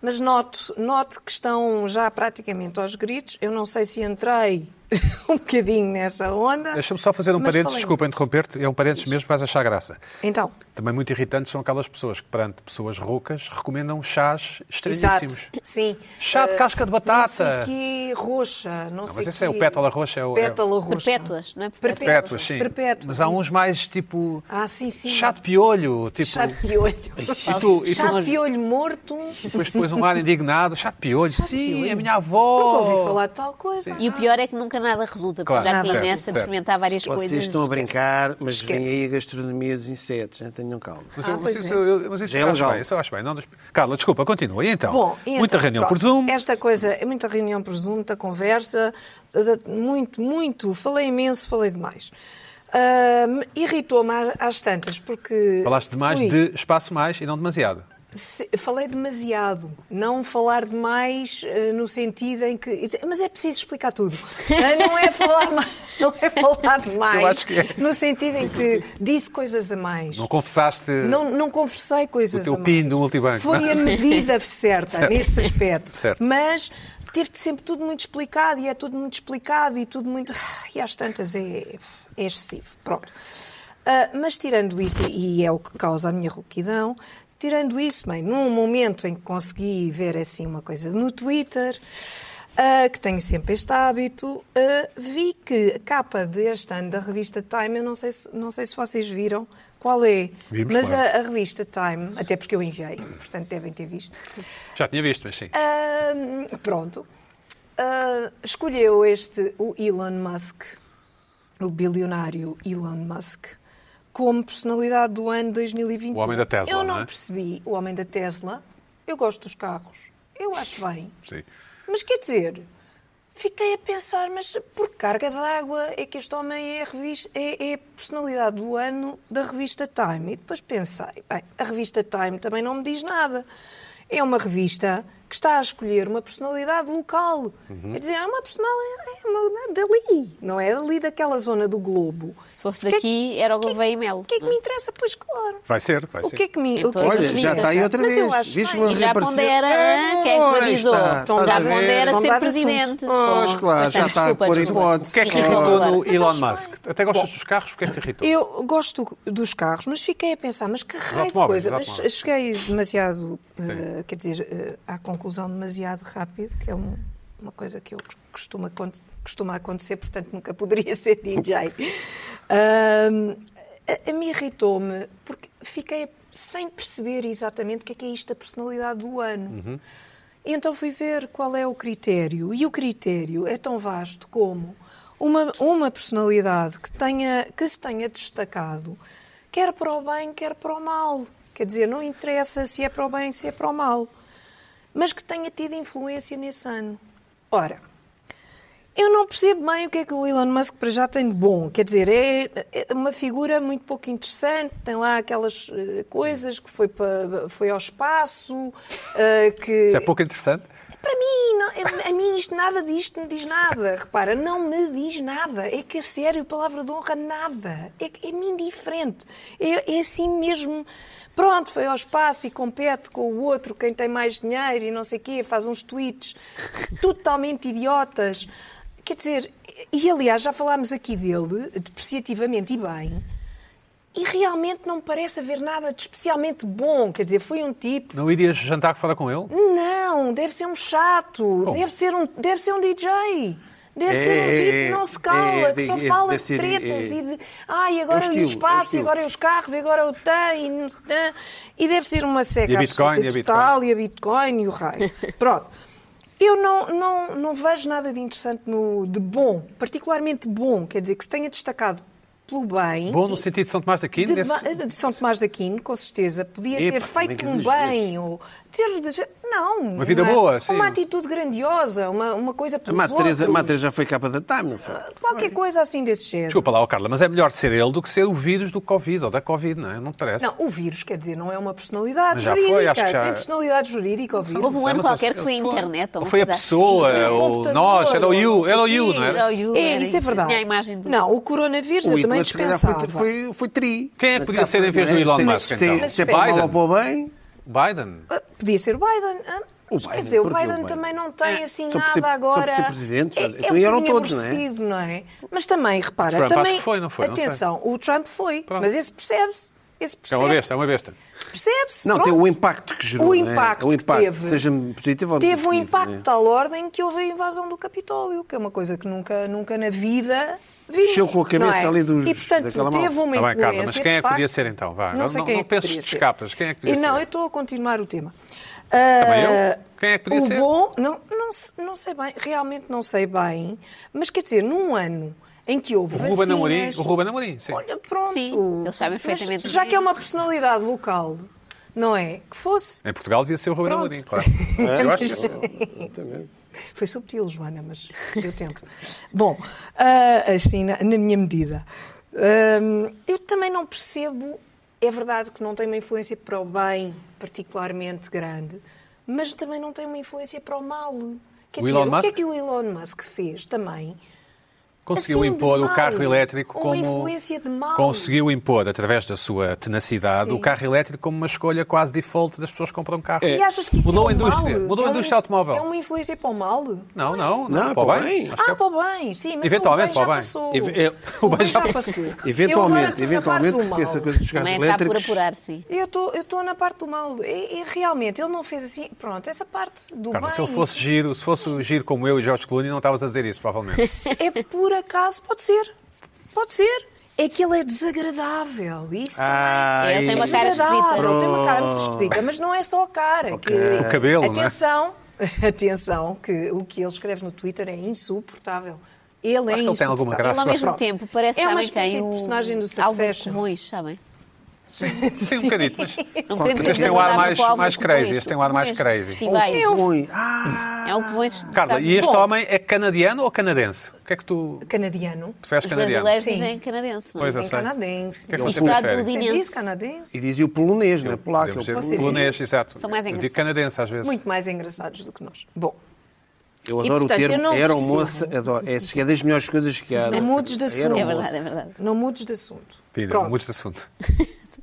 Mas noto, noto que estão já praticamente aos gritos. Eu não sei se entrei um bocadinho nessa onda. Deixa-me só fazer um Ah, mas parênteses, falei. desculpa interromper-te, é um parênteses mesmo que vais achar graça. Então, Também muito irritantes são aquelas pessoas que, perante pessoas roucas, recomendam chás exato. estranhíssimos. Sim. Chá de casca de batata. Não sei que roxa, não, sei mas esse é quê. o pétala roxa, é o- é o- pétala roxa. Perpétuas, não é? Perpétuas, sim. Perpétuas, Mas há uns isso. mais tipo. Ah, sim, sim. Chá de piolho, tipo. Chá de piolho. E tu, e tu Chá de piolho morto. depois pões um ar indignado, chá de piolho. sim, piolho. a minha avó. Nunca ouvi falar de tal coisa. E o pior é que nunca nada resulta, Claro, porque já nada que começa a resulta. experimentar várias Vocês coisas. estão a brincar, mas vem Esquece. aí a gastronomia dos insetos, né? tenham calma. Mas, Ah, eu- mas pois isso, é. eu, mas isso Já é eu acho legal. bem. Isso eu acho bem. Não, des- Carla, desculpa, continua. E então? Bom, e Muita então, reunião pronto. por Zoom. Esta coisa, é muita reunião por Zoom, muita conversa, muito, muito, falei imenso, falei demais. Ah, me- Irritou-me a- às tantas, porque. Falaste demais fui- de espaço mais e não demasiado. se- Falei demasiado. Não falar demais eh, no sentido em que. Mas é preciso explicar tudo. Eh, Não é falar, ma- não é falar demais. Eu acho que é. No sentido em que disse coisas a mais. Não confessaste Não, não conversei coisas o teu a mais. PIN do multibanco. Foi a medida certa é? Certo. nesse aspecto. Certo. Mas teve de sempre tudo muito explicado e é tudo muito explicado e tudo muito. E às tantas é, é excessivo. Pronto. Ah, mas tirando isso, e é o que causa a minha rouquidão, tirando isso, bem, num momento em que consegui ver assim uma coisa no Twitter. ah, que tenho sempre este hábito, ah, vi que a capa deste ano da revista Time, eu não sei se, não sei se vocês viram qual é, Vimos, mas claro. a- a revista Time, até porque eu enviei, portanto devem ter visto. Já tinha visto, mas sim. Ahm, pronto. Ah, escolheu este, o Elon Musk, o bilionário Elon Musk, como personalidade do ano 2021. O homem da Tesla, Eu não, não é? percebi o homem da Tesla. Eu gosto dos carros. Eu acho bem. Sim. Mas quer dizer, fiquei a pensar, mas por carga d'água é que este homem é a, revista, é, é a personalidade do ano da revista Time. E depois pensei, bem, a revista Time também não me diz nada. É uma revista que está a escolher uma personalidade local. Uhum. Quer dizer, é uma personalidade é uma, dali, não é? Dali daquela zona do globo. Se fosse Que é que- daqui, era o que é- Gouveia e Melo. O que é que me interessa? Pois claro. Vai ser, vai O ser. que é que me. Em o que é que todas Olha, me as já revistas, está aí já. outra Mas vez. eu acho Viste bem. uma E já reaparecer- pondera, É, hã? quem é que ora, avisou? está, Já está a ver. pondera Vamos ser dar presidente. assunto. Pois, Pô, claro, mas já tens está a pôr desculpa. hipótese. O que é que te Irritou-me irritou agora. no Mas Elon acho bem. Musk? Até gostas dos carros, o que é que te irritou? Eu gosto dos carros, mas fiquei a pensar, mas que raio de automóveis, coisa. Mas dos automóveis. cheguei demasiado, eh, quer dizer, eh, à conclusão demasiado rápido, que é um- uma coisa que eu costumo, acon- costuma acontecer, portanto nunca poderia ser DJ. Ahm, a, a me irritou-me, porque fiquei sem perceber exatamente o que é que é isto da personalidade do ano. E Então fui ver qual é o critério. E o critério é tão vasto como uma, uma personalidade que, tenha, que se tenha destacado, quer para o bem, quer para o mal. Quer dizer, não interessa se é para o bem, se é para o mal. Mas que tenha tido influência nesse ano. Ora, eu não percebo bem o que é que o Elon Musk para já tem de bom. Quer dizer, é é uma figura muito pouco interessante, tem lá aquelas eh, coisas que foi, para, foi ao espaço, eh, que Isso é pouco interessante. para mim, não- é, a- a mim isto, nada disto me diz nada. Repara, não me diz nada. É que a sério, palavra de honra, nada. É, que- é-me indiferente. É, é assim mesmo. Pronto, foi ao espaço e compete com o outro, quem tem mais dinheiro e não sei o quê, faz uns tweets totalmente idiotas. Quer dizer, e aliás, já falámos aqui dele, depreciativamente e bem, e realmente não me parece haver nada de especialmente bom. Quer dizer, foi um tipo Não irias jantar fora com ele? não, deve ser um chato, deve, ser um, deve ser um DJ. Deve É, ser um é, tipo é, que não se cala, é, que só é, fala deve de ser, tretas é, e de. Ai, agora estilo, e é o o espaço, e estilo. agora e os carros, e agora o TAM, e, não TAM. e deve ser uma seca E a Bitcoin, absoluta e a Bitcoin. total, e a Bitcoin, e o raio. Pronto. Eu não, não, não vejo nada de interessante no, de bom, particularmente bom, quer dizer, que se tenha destacado pelo bem. Bom, no sentido de São Tomás daqui, De, nesse... Ma- de São Tomás de Aquino, com certeza, podia ter Epa, nem feito que um exageres. bem, ou ter. Não. Uma vida boa, sim. Uma atitude grandiosa, uma, uma coisa A pelos Madre Teresa- a outros, Madre Teresa já foi capa da Time, não foi? Qualquer coisa assim desse género. Desculpa lá, ó Carla, mas é melhor ser ele do que ser o vírus do Covid ou da Covid, não é? Não te parece? Não, o vírus, quer dizer, não é uma personalidade Mas já jurídica. foi, acho que já- Tem personalidade jurídica, o vírus. Houve um ano Mas qualquer que ele foi a foi- internet. foi a pessoa, Era um ou computador, nós, era É, o ou you, não sei era o you, quê. não era? Era o you, É, isso era é isso. verdade. Tinha a imagem do- Não, o coronavírus eu também Hitler, se calhar, dispensava. foi, foi, foi tri. Quem é que podia ser em vez do Não é? Elon Se- Musk, Se, então? se é para Mas mal Biden. ou para o bem, Biden? Ah, Podia ser o Biden. ah, O Quer Biden, dizer, o porque o Biden Biden- também não É, tem assim só por nada ser- só por agora. ser presidente, é, faz- então é um eram bocadinho todos, não é? aborrecido, não é? Mas também, repara, Trump acho também. que foi, não foi? Não sei. atenção, o Trump foi, Pronto. mas esse percebe-se. Esse É uma percebe-se. besta, é uma besta. percebe-se. não, pronto. tem o impacto que gerou. O não é? impacto o que impacto teve. Seja positivo ou Teve um negativo, impacto não de é? tal ordem que houve a invasão do Capitólio, que é uma coisa que nunca, nunca na vida Vimos, Mexeu com a cabeça não é? ali dos- E, portanto, daquela malta. teve Tá uma bem, influência. Carla, mas quem é de que facto, podia ser então? Vá, Não não- sei não quem é que penses podia que ser. escapas. Quem é que podia E Não, ser? eu estou a continuar o tema. Também eu? Ah, Quem é que podia o ser? bom, não, não, se- não sei bem, realmente não sei bem, mas quer dizer, num ano em que houve O Ruben vacinas... Amorim, o Ruben Amorim, sim. Olha, pronto. Sim, eles sabem Mas perfeitamente já bem. que é uma personalidade local, não é? Que fosse... Em Portugal devia ser o Ruben Pronto. Amorim, claro. É, Eu acho que Exatamente. Foi subtil, Joana, mas eu tento. Bom, ah, assim, na, na minha medida. Ahm, eu também não percebo, é verdade que não tem uma influência para o bem particularmente grande, mas também não tem uma influência para o mal. Quer O dizer, Elon o que é Musk? que o Elon Musk fez também? conseguiu Assim, de impor o mal. carro elétrico Uma como influência de mal. conseguiu impor através da sua tenacidade Sim. o carro elétrico como uma escolha quase default das pessoas que compram um carro. E achas que isso mudou é a um indústria, mal? mudou É a uma- indústria automóvel. É uma influência para o mal? Não, não, não, Não, para o para bem. o bem. Acho que Ah, é- para o bem, sim, mas Eventualmente, o bem já para o bem. passou. Eve- é- o bem já passou. Eu agora Eventualmente, estou na parte eventualmente, do porque mal. essa coisa dos carros Também está por elétricos. apurar, sim. Eu estou na parte do mal. E, e realmente, ele não fez assim. Pronto, essa parte do Carla, Ah, bem se ele fosse giro, se fosse o giro como eu e George Clooney, não estavas a dizer isso, provavelmente. é por acaso, pode ser. Pode ser. É que ele é desagradável. é Isso Ah, Ele tem uma também. cara Desagradável. esquisita. Ele tem uma cara muito esquisita, mas não é só a cara. que- O cabelo, não é? Atenção, atenção, que o que ele escreve no Twitter é insuportável. Ele é Acho que ele tem alguma insuportável. graça. Ele ao mesmo Pronto. tempo parece, É uma sabem espécie quem? de O personagem do Álvaro Succession. Covões, sabem? Sim, um bocadito, mas Não queremos este tem um ar mais- mais crazy, este tem um ar mais crazy. Festivais. Eu- Ui, ah, É um Covões. Carla, sabe? e este Bom, homem é canadiano ou canadense? O que é que tu Canadiano. preferes Os canadiano? brasileiros Sim. dizem canadense, não é? é Pois Sim, eu sei. canadense. O que é que E vocês está preferem? tudo Você Canadense. diz E canadense? dizia o polonês, na placa. Podemos é o ser Você- polonês, exato. São mais Eu digo engraçados. canadense às vezes. Muito mais engraçados do que nós. Bom, Eu E, adoro portanto, o eu termo não era percebo. moça, adoro. É, é das melhores coisas que há. um não mudes de assunto. É verdade, é verdade. Não mudes de assunto. Filho, Pronto. muitos assuntos.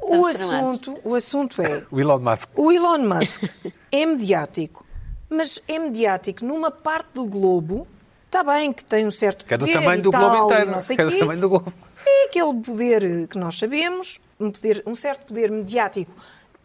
O Estamos tramados. assunto, o assunto é O Elon Musk. o Elon Musk é mediático, mas é mediático numa parte do globo. Está bem que tem um certo Que é poder do tamanho e do tal, globo e inteiro. não sei Que é do quê. tamanho do globo. É aquele poder eh, que nós sabemos, um, poder- um certo poder mediático.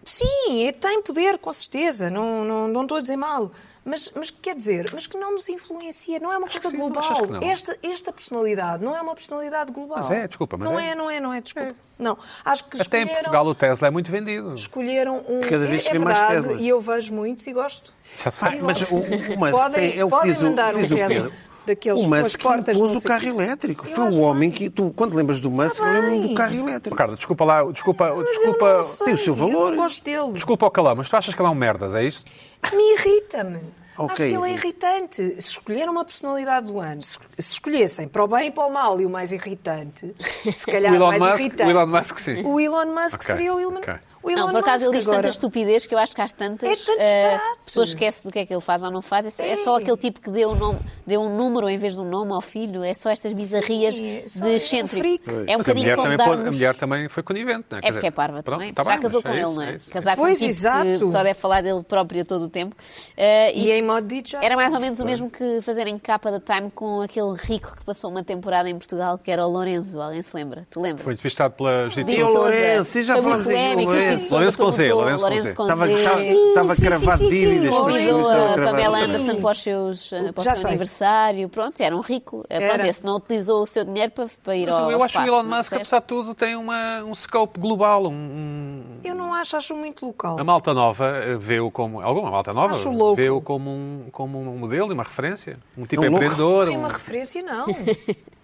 Sim, é- tem poder, com certeza, não, não, não estou a dizer mal. Mas, mas quer dizer, mas que não nos influencia, não é uma Acho coisa que sim, não achas global. que não? Esta, esta personalidade não é uma personalidade global. Mas é, desculpa, mas não é. é. não é, não é, desculpa. Não, acho que Até em escolheram- Portugal o Tesla é muito vendido. escolheram um. Cada vez é, se é vê mais verdade, Teslas. E eu vejo muitos e gosto. Já sei. Ah, mas o, o Musk Podem- tem, é o que podem diz o, mandar um diz o Tesla Pedro. daqueles o com as Musk portas, não impôs o sei carro quê. elétrico. Eu Foi acho o homem bem. que tu, quando lembras do Musk, Tá lembro bem. do carro elétrico. Carla, desculpa lá, desculpa, Mas eu desculpa, não sei, Tem o seu valor. eu não gosto dele. desculpa ao calão, mas tu achas que ele é um merdas, é isto? Me irrita-me. Acho que Ok. ele é irritante. Se escolheram uma personalidade do ano, se se escolhessem para o bem e para o mal e o mais irritante, se calhar O Elon mais Musk- irritante. o Elon Musk, sim. O Elon Musk Ok, seria o Elon, ok. o Elon Não, por acaso Musk ele diz agora. tanta estupidez que eu acho que há tantas É tanto eh, disparate. pessoas esquecem do que é que ele faz ou não faz. É, só- é só Sim. aquele tipo que deu um, nome, deu um número em vez de um nome ao filho. É só estas bizarrias só é um de excêntrico. freak. É um Mas a bocadinho mulher, como também pode- a darmos... mulher também foi conivente, não é? Quer É porque dizer, é parva pronto, também. tá Já bem, casou mas com é ele, isso, não é? é isso. Casar Pois, com um tipo exato. que só deve falar dele próprio todo o tempo. Eh, E em modo DJ. era mais ou menos o mesmo que fazerem capa da Time com aquele rico que passou uma temporada em Portugal, que era o Lourenço. Alguém se lembra? Te lembras? Foi entrevistado pela Judite Diogo Diogo Sousa. Sousa. Lourenço, e já Foi muito falamos aqui do polémico, Lourenço. Judite Sousa Lourenço com Z, perguntou, Lourenço com Z. com Estava, Z. estava, Sim, estava sim, cravado sim, sim, dívidas. sim. pois, Convidou isso Convidou estava a cravado Pamela dívidas. assim, Anderson para, os seus, eh, para o Já seu sei. aniversário. Pronto, era um rico. Eh, Pronto, Era. esse não utilizou o seu dinheiro para, para ir Mas ao eu acho que o espaço, Elon não é? Musk, apesar de tudo, tem uma, um scope global. um- um- Eu não acho, acho muito local. A malta nova eh, vê-o como. Alguma malta nova Acho louco. vê-o como um, como um modelo e uma referência. Um tipo É um louco. empreendedor. Não é um- uma referência, não.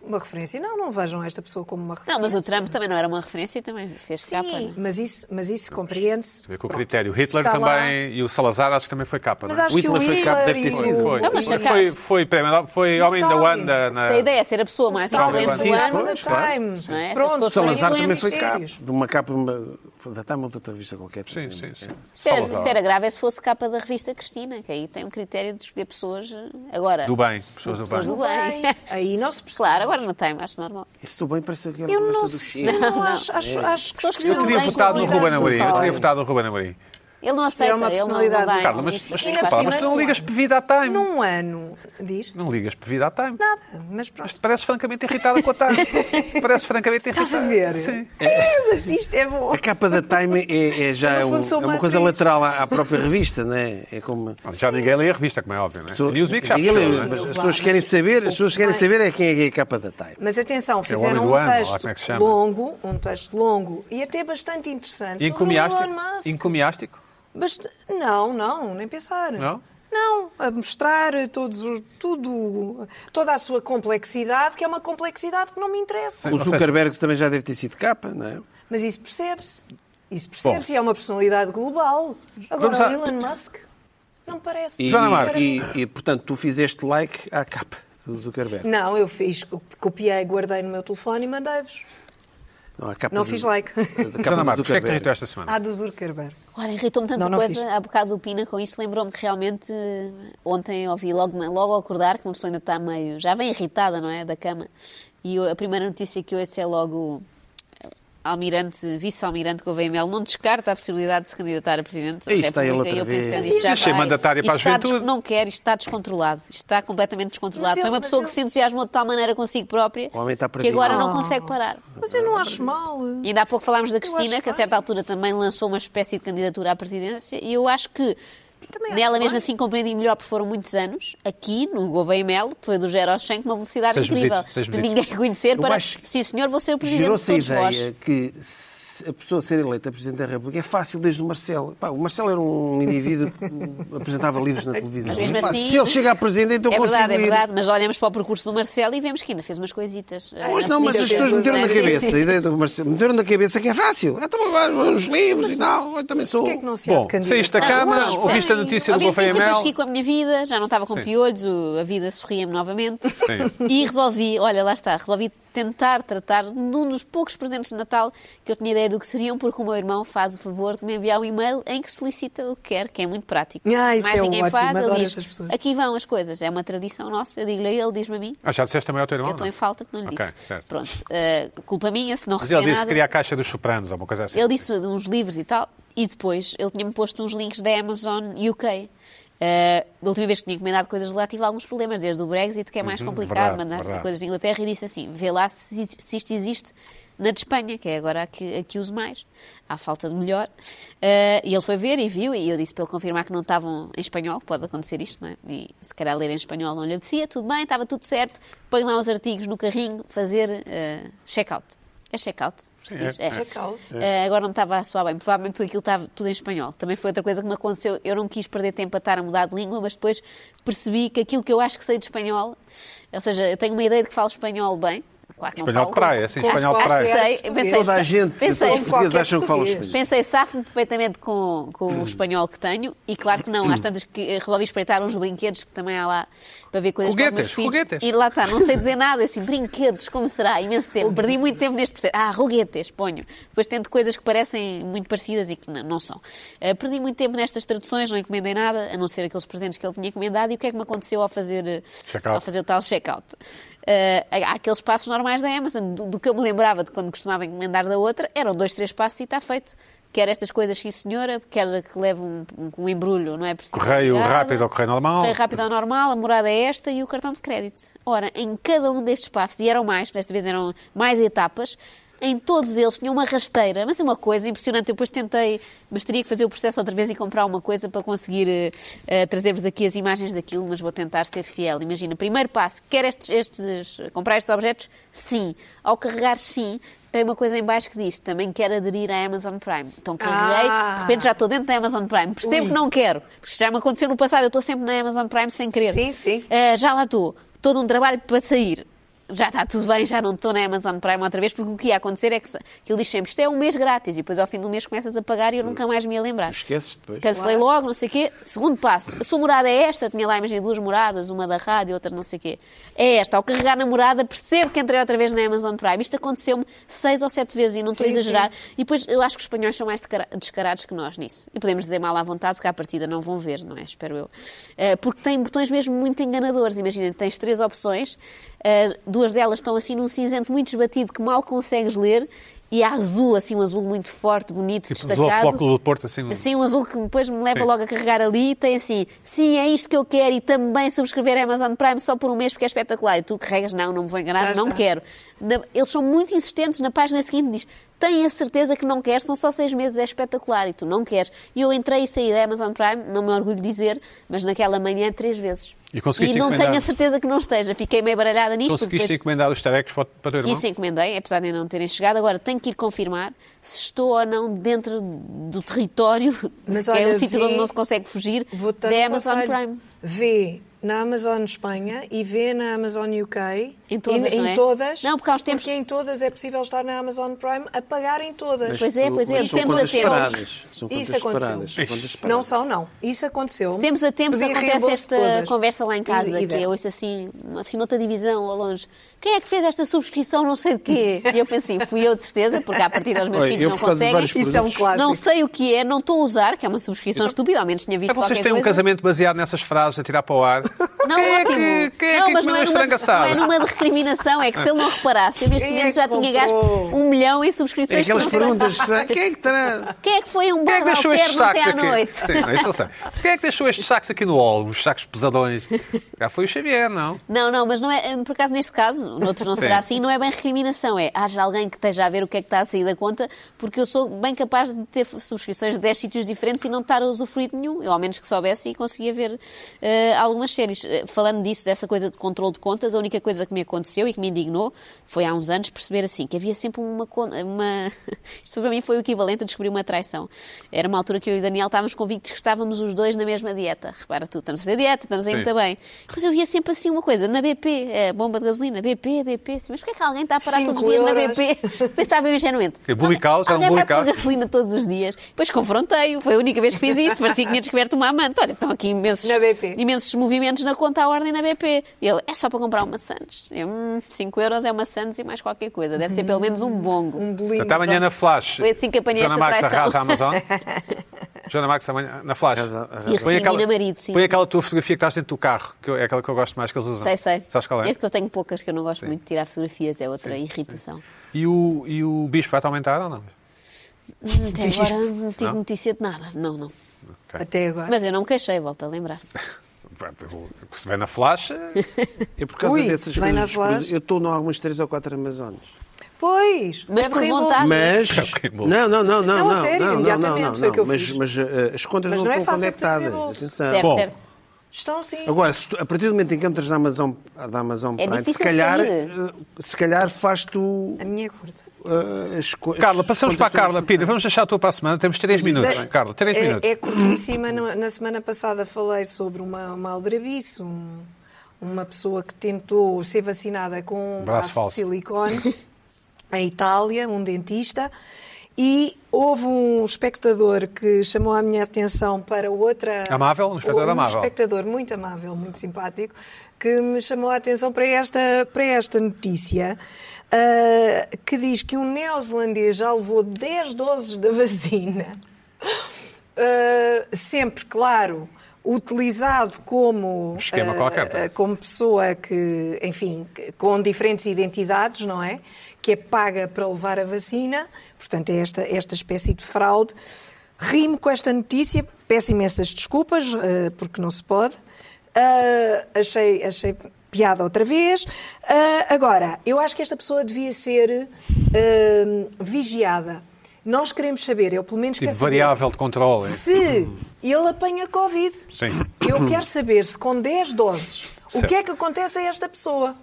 Uma referência, não. Não vejam esta pessoa como uma referência. Não, mas o Trump também não era uma referência e também fez Sim, capa. não é? mas isso, mas isso compreende-se. Vê com o Pronto. critério. O Se Hitler está também lá- e o Salazar acho que também foi capa. Mas não é? acho que o Hitler foi cabo, Hitler é deve ter e sido. o... Foi, Ah, mas foi, por foi, acaso- foi, prémio- foi homem da Stalin. Wanda na. A ideia é ser a pessoa mais Stalin, influente é do Sim, ano. Stalin, pois, da claro. Time. Não é? Essas Pronto, O pessoas Salazar Foi também foi capa. mistérios. De uma capa. uma- foi Da Time ou de outra revista qualquer. é? Sim, sim, sim. Isto era, Salazar. isto era grave é se fosse capa da revista Cristina, que aí tem um critério de escolher pessoas eh, agora. Do bem, pessoas do Pessoas bem. do Bem, bem. Aí não se percebe. Claro, agora não tem, acho normal. Isso do bem parece aquela Eu conversa não do sei, Chico. não, Não, é. acho, acho, acho que Pessoas que Eu não teria têm votado no qualidade Ruben Amorim. Eu moral. teria votado no Ruben Amorim. Ele não aceita, é uma ele não- não personalidade. vai. Carla, não mas, diz- mas, diz ainda por pá, quatro. cima, mas tu não não há. ligas para vida à time. Não, Num ano, diz? ligas para vida à time. Nada, mas Mas pronto. te parece francamente irritada com a time. Parece francamente irritada. Estás a ver? Sim. É, mas isto é bom. A capa da Time é, é já Eu, no um- fundo, sou é uma uma coisa atriz. lateral à, à própria revista, não é? É como. Já ninguém lê a revista, como é óbvio, não é? Sou- Newsweek já Ninguém fechou, não lembra, é? mas assim, as pessoas querem saber, as pessoas querem saber é quem é que é a capa da Time. Mas É atenção, homem fizeram do um ano, lá texto como é que se chama. longo, um texto longo e até bastante interessante. sobre o Encomiástico? Elon Musk. Encomiástico? Bast- Não, não, nem pensar. Não? Não, a mostrar todos os, tudo, toda a sua complexidade, que é uma complexidade que não me Sim. interessa. O Ou seja- Zuckerberg também já deve ter sido capa, não é? Mas isso percebe-se. Isso percebe-se e é uma personalidade global. Agora, Vamos à- o Elon Musk não parece. E, Joana e- Marques. e- e, portanto, tu fizeste like à capa do Zuckerberg. Não, eu fiz, copiei, guardei no meu telefone e mandei-vos. Não, à capa Não do- fiz like. da Joana capa do Marques, o que é que te Zuckerberg. irritou esta semana? Ah, do Zuckerberg. Olha, irritou-me tanta Não, não coisa. fiz. Há bocado o Pina com isto lembrou-me que realmente eh, ontem ouvi logo, logo ao acordar que uma pessoa ainda está meio. já vem irritada, não é? Da cama. E eu- a primeira notícia que eu ouço é logo. eh, Almirante, vice-almirante Gouveia Melo, não descarta a possibilidade de se candidatar a presidente da Aí está ele República. E eu outra vez. pensei, Mas isto já isto é vai, mandatário isto para a está des- juventude. Não quer, isto está descontrolado. Isto está completamente descontrolado. Mas ele- Foi uma mas pessoa que ele- se entusiasmou de tal maneira consigo própria O homem está que agora perdido. não consegue parar. Mas eu não acho mal. E ainda há pouco falámos da Cristina, acho que a bem. certa altura também lançou uma espécie de candidatura à presidência, e eu acho que Também nela acho mesmo bem. assim compreendi melhor, porque foram muitos anos, aqui no Gouveia Melo, que foi do Gero aos 100, com uma velocidade Seis incrível, visitas, seis de visitas. ninguém conhecer, Eu para, acho que sim senhor, vou ser o presidente de Gerou-se a todos ideia vós. que se a pessoa ser eleita Presidente da República é fácil desde o Marcelo. Pá, o Marcelo era um indivíduo que apresentava livros na televisão. Mas mesmo Pá, assim- se ele chega a Presidente, eu É consigo verdade, é ir. verdade, mas olhamos para o percurso do Marcelo e vemos que ainda fez umas coisitas. Pois eh, não, mas as políticas, pessoas meteram na não é? Sim, cabeça. sim. A ideia do Marcelo, meteram na cabeça que é fácil. Ah, então, vai, vai, os livros e tal, eu também sou. Porquê é que não se há Bom, de candidatar? saíste da cama, Ah, bom, ouviste a sim. notícia do Ouvi a Gouveia notícia, Mel. prosegui com a minha vida, já não estava com piolhos, o- a vida sorria-me novamente. Sim. E resolvi, olha, lá está, resolvi tentar tratar de um dos poucos presentes de Natal que eu tinha ideia do que seriam, porque o meu irmão faz o favor de me enviar um e-mail em que solicita o que quer, que é muito prático. Ah, isso Mais é ninguém ótimo, faz, adoro ele essas diz, pessoas. aqui vão as coisas, é uma tradição nossa, eu digo-lhe a ele, diz-me a mim. Ah, já disseste também ao teu irmão? Eu estou não? em falta, que não lhe Ok, disse. certo. Pronto, eh, culpa minha, se não Mas receber ele disse que nada. queria a caixa dos Sopranos ou uma coisa assim. Ele disse de uns livros e tal, e depois ele tinha-me posto uns links da Amazon UK. Eh, da última vez que tinha encomendado coisas de lá, tive alguns problemas, desde o Brexit, que é mais Uhum, complicado, verdade, mandar verdade. coisas de Inglaterra, e disse assim: vê lá se, se isto existe na de Espanha, que é agora a que, a que uso mais, à falta de melhor. Eh, e ele foi ver e viu, e eu disse para ele confirmar que não estavam em espanhol, pode acontecer isto, não é? E se calhar ler em espanhol não lhe apetecia, tudo bem, estava tudo certo, põe lá uns artigos no carrinho, fazer eh, check-out. É check-out, se Sim, diz? é. É. Check-out. Eh, agora não me estava a soar bem, provavelmente porque aquilo estava tudo em espanhol. Também foi outra coisa que me aconteceu. Eu não quis perder tempo a estar a mudar de língua, mas depois percebi que aquilo que eu acho que sei de espanhol, ou seja, eu tenho uma ideia de que falo espanhol bem. Claro que não Espanhol falo. praia, sim, com- espanhol com- praia. Pensei, Português. pensei, Toda a gente, todos pensei, os portugueses qualquer acham que falam português. espanhol. Pensei, safo-me perfeitamente com, com o espanhol que tenho e claro que não, às tantas que eh, resolvi espreitar uns brinquedos que também há lá para ver coisas para os meus Foguetes, filhos. foguetes. E lá está, não sei dizer nada, assim, brinquedos, como será? Imenso tempo, perdi muito tempo neste processo. Ah, roguetes, ponho. Depois tento coisas que parecem muito parecidas e que n- não são. Eh, perdi muito tempo nestas traduções, não encomendei nada, a não ser aqueles presentes que ele tinha encomendado e o que é que me aconteceu ao fazer, eh, Check-out. ao fazer o tal check-out? Eh, há aqueles passos normais da Amazon, do, do que eu me lembrava de quando costumava encomendar da outra, eram dois, três passos e está feito. Quer estas coisas, sim senhora, quer que leve um, um- um embrulho, não é preciso. Correio nada. rápido ou correio normal? Correio rápido ao normal, a morada é esta e o cartão de crédito. Ora, em cada um destes passos, e eram mais, desta vez eram mais etapas, em todos eles tinha uma rasteira, mas é uma coisa impressionante. Eu depois tentei, mas teria que fazer o processo outra vez e comprar uma coisa para conseguir eh, eh, trazer-vos aqui as imagens daquilo, mas vou tentar ser fiel. Imagina, primeiro passo, quer estes, estes- comprar estes objetos? Sim. Ao carregar sim, tem uma coisa em baixo que diz, também quer aderir à Amazon Prime. Então carreguei, Ah. de repente já estou dentro da Amazon Prime. Percebo Ui. que não quero, porque já me aconteceu no passado, eu estou sempre na Amazon Prime sem querer. Sim, sim. Eh, já lá estou, todo um trabalho para sair. Já está tudo bem, já não estou na Amazon Prime outra vez, porque o que ia acontecer é que, se- que ele diz sempre, isto é um mês grátis, e depois ao fim do mês começas a pagar e Hum. eu nunca mais me ia lembrar. Esqueces depois. Cancelei logo, não sei o quê. Segundo passo, a sua morada é esta. Tinha lá, imagina, duas moradas, uma da rádio, outra não sei o quê. É esta. Ao carregar na morada, percebo que entrei outra vez na Amazon Prime. Isto aconteceu-me seis ou sete vezes e não estou a Sim, exagerar. E depois, eu acho que os espanhóis são mais descara- descarados que nós nisso. E podemos dizer mal à vontade, porque à partida não vão ver, não é? Espero eu. Eh, Porque têm botões mesmo muito enganadores. Imagina, tens três opções. eh, Duas delas estão assim num cinzento muito esbatido que mal consegues ler e há azul, assim, um azul muito forte, bonito, Tipo, usou o destacado. flóculo do Porto, assim. um- Assim, um azul que depois me leva Sim. logo a carregar ali e tem assim, sim, é isto que eu quero e também subscrever a Amazon Prime só por um mês porque é espetacular. E tu carregas, não, não me vou enganar, Lá não está. quero. Na- Eles são muito insistentes, na página seguinte diz, tenho a certeza que não queres, são só seis meses, é espetacular e tu não queres. E eu entrei e saí da Amazon Prime, não me orgulho de dizer, mas naquela manhã três vezes. E conseguiste não encomendar? tenho a certeza que não esteja, fiquei meio baralhada nisto. porque Conseguiste depois- assim, encomendar os tarecos para, para o teu irmão? isso encomendei, apesar de ainda não terem chegado. Agora tenho que ir confirmar se estou ou não dentro do território, Mas que é olha, o sítio vi- onde não se consegue fugir, Vou da dar um Amazon conselho. Prime. Vê na Amazon Espanha e vê na Amazon UK. Em todas, E- não em é? todas, Não, porque há uns tempos- em todas é possível estar na Amazon Prime a pagar em todas. Pois é, pois é, Mas são contas sempre a tempo. separadas. São contas Isso aconteceu. separadas. São contas separadas. Não são, não. Isso aconteceu. Temos a tempos, Pedi acontece reembolso esta de todas. conversa lá em casa, E- e que eu deram. ouço assim, assim noutra divisão, ao longe. Quem é que fez esta subscrição, não sei de quê? E eu pensei, fui eu de certeza, porque a partir dos meus Olha, filhos eu não por causa de conseguem. vários Isso é um produtos- clássico. Não sei o que é, não estou a usar, que é uma subscrição estúpida, ao menos tinha visto Mas vocês qualquer têm um coisa. casamento baseado nessas frases a tirar para o ar. Não, Quem é ótimo. que- quem é não, que mas não comeu é, as numa, frango assado? não é numa de recriminação, é que se ele não reparasse, eu neste Quem é momento já que tinha gasto comprou? um milhão em subscrições. É aquelas que não sei. perguntas. será- Quem é que terá? Quem é que foi a um Quem é bar que de deixou estes alterno sacos até à aqui? noite? Sim, não, isso eu sei. Quem é que deixou estes sacos aqui no hall? Os sacos pesadões? Já foi o Xavier, não? Não, não, mas não é, por acaso neste caso, noutros não será Sim. assim, não é bem recriminação, é haja alguém que esteja a ver o que é que está a sair da conta, porque eu sou bem capaz de ter subscrições de 10 sítios diferentes e não estar a usufruir de nenhum, eu ao menos que soubesse e conseguia ver eh, algumas séries. Eh, Falando disso, dessa coisa de controle de contas, a única coisa que me aconteceu e que me indignou foi há uns anos perceber assim, que havia sempre uma... con- uma... Isto para mim foi o equivalente a descobrir uma traição. Era uma altura que eu e o Daniel estávamos convictos que estávamos os dois na mesma dieta. Repara tu, estamos a fazer dieta, estamos a ir Sim. muito bem bem. Mas eu via sempre assim uma coisa, na BP, eh, bomba de gasolina, BP, BP, assim, mas porquê é que alguém está a parar Cinco todos os dias na euros. BP? Pensava eu ingenuamente. Que bully cows, era um alguém bully vai pôr cow. gasolina todos os dias. Depois confrontei-o, foi a única vez que fiz isto, parecia que tinha descoberto uma amante. Olha, estão aqui imensos, Na BP. imensos movimentos na conta à ordem na BP. Ele, é só para comprar uma Santos. Eu, hum, 5 euros é uma Santos e mais qualquer cocoisa, deve ser pelo menos um bongo. Um bolinho. Até tá amanhã na Flash. Foi assim que apanhei Joana esta Marques traição. arrasa a Amazon. Joana Marques amanhã na Flash. Arrasa- arrasa. E recrimina marido, sim, põe sim. aquela tua fotografia que estás dentro do carro, que eu- é aquela que eu gosto mais que eles usam. Sei, sei. Sabes qual é? que eu tenho poucas, que eu não gosto muito de tirar fotografias, é outra irritação. E o, e o bicho vai-te aumentar ou não? Até agora não tive notícia de nada. Não, não. Até agora. Mas eu não me queixei, volto a lembrar. Se vem na Flash, eh, Eu por causa Ui, dessas se vai coisas. na dos produtos, voz. Eu estou em algumas três ou quatro Amazonas. Pois. Mas é de por reembolso. vontade. Mas. Ok, bom. Não, não, não, não. Não, a não, sério, não, não, imediatamente não, não, foi o que eu mas, fiz. mas, eh, as contas Mas não, não é estão fácil ter conectadas. reembolso. Atenção. Certo, Bom. certo. Estão sim. Agora, se tu- a partir do momento em que entras na Amazon, da Amazon É Prime, se difícil calhar, sair. eh, se calhar faz tu A minha é curta. eh, as coisas. Carla, passamos para a Carla Pina. Vamos deixar a tua para a semana. Temos três minutos. Carla, três é, minutos. É curtíssima. Na na semana passada falei sobre uma, uma aldrabice, um- uma pessoa que tentou ser vacinada com um Braço braço, falso. de silicone em Itália, um dentista. E houve um espectador que chamou a minha atenção para outra. Amável? Um espectador um amável. espectador muito amável, muito simpático, que me chamou a atenção para esta, para esta notícia, ah, que diz que um neozelandês já levou 10 doses da vacina. Uh, sempre, claro, utilizado como, Um esquema uh, qualquer, é? uh, parece. como pessoa que, enfim, que- com diferentes identidades, não é? Que é paga para levar a vacina, portanto, é esta, esta espécie de fraude. Rimo com esta notícia, peço imensas desculpas, uh, porque não se pode. Uh, achei, achei piada outra vez. Uh, agora, eu acho que esta pessoa devia ser uh, vigiada. Nós queremos saber, eu pelo menos Tipo quero saber variável de controle. se ele apanha Covid. Sim. Eu quero saber se com 10 doses, Certo. o que é que acontece a esta pessoa?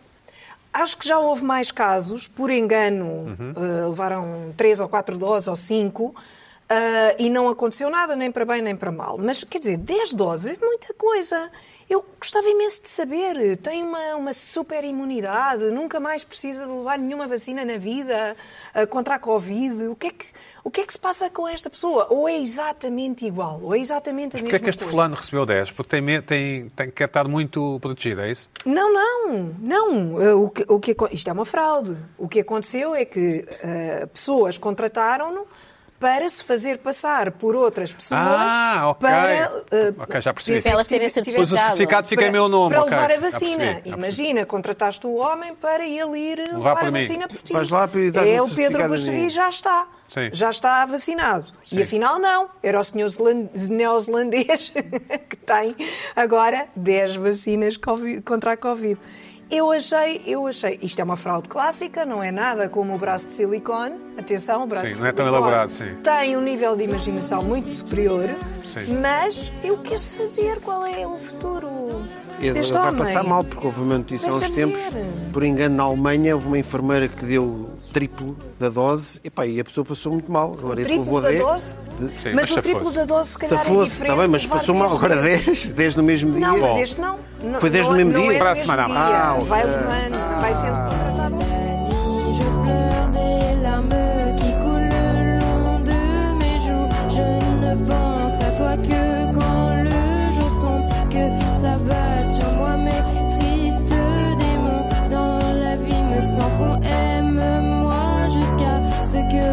Acho que já houve mais casos, por engano, Uhum. eh, levaram 3 ou 4 doses ou 5, e não aconteceu nada, nem para bem nem para mal. Mas, quer dizer, 10 doses é muita coisa. Eu gostava imenso de saber. Tem uma, uma super imunidade, nunca mais precisa de levar nenhuma vacina na vida eh, contra a Covid. O que, é que, o que é que se passa com esta pessoa? Ou é exatamente igual, ou é exatamente a mesma Porquê é que este coisa. fulano recebeu 10? Porque tem, me- tem, tem, quer estar muito protegido, é isso? Não, não, não. Eh, O que, o que, acon- isto é uma fraude. O que aconteceu é que eh, pessoas contrataram-no para se fazer passar por outras pessoas Ah, ok. para eh, Ok, já percebi. tivessem- Elas terem tivessem- O certificado fica em para- meu nome. Para ok. levar a Já percebi, vacina. já percebi. Imagina, contrataste um homem para ele ir levar, por a mim. vacina por ti. Vais lá e dás-me é o o Pedro certificado a mim. Buxeri já está. Sim. Já está vacinado. E afinal não. Era o senhor zelan- neozelandês que tem agora 10 vacinas covi- contra a Covid. Eu achei, eu achei, isto é uma fraude clássica, não é nada como o braço de silicone. Atenção, o braço Sim, de não é tão silicone elaborado, sim. tem um nível de imaginação muito superior, Sim. mas eu quero saber qual é o futuro Ele deste É, vai homem. passar mal, porque houve uma notícia há uns Deixa-me tempos, ver. por engano, na Alemanha, houve uma enfermeira que deu triplo da dose Epá, e a pessoa passou muito mal. Agora, esse é levou triplo a da 10. dose? de- Sim, mas mas o triplo safou-se. da 12 se calhar Se é fosse, diferente. está bem, mas levar passou mal. 10 Agora vezes. 10, 10 no mesmo dia. Não, mas Bom. este não. não Foi 10 não, no mesmo não dia? É Para a mesmo semana. dia. Ah, ok. vai levando, vai sendo contratado. nuit, je pleure des larmes qui coulent le long de mes joues. Je ne pense à toi que quand le jour sombre, que s'abattent sur moi mes tristes démons. Dans la vie me s'enfont, aime-moi jusqu'à ce que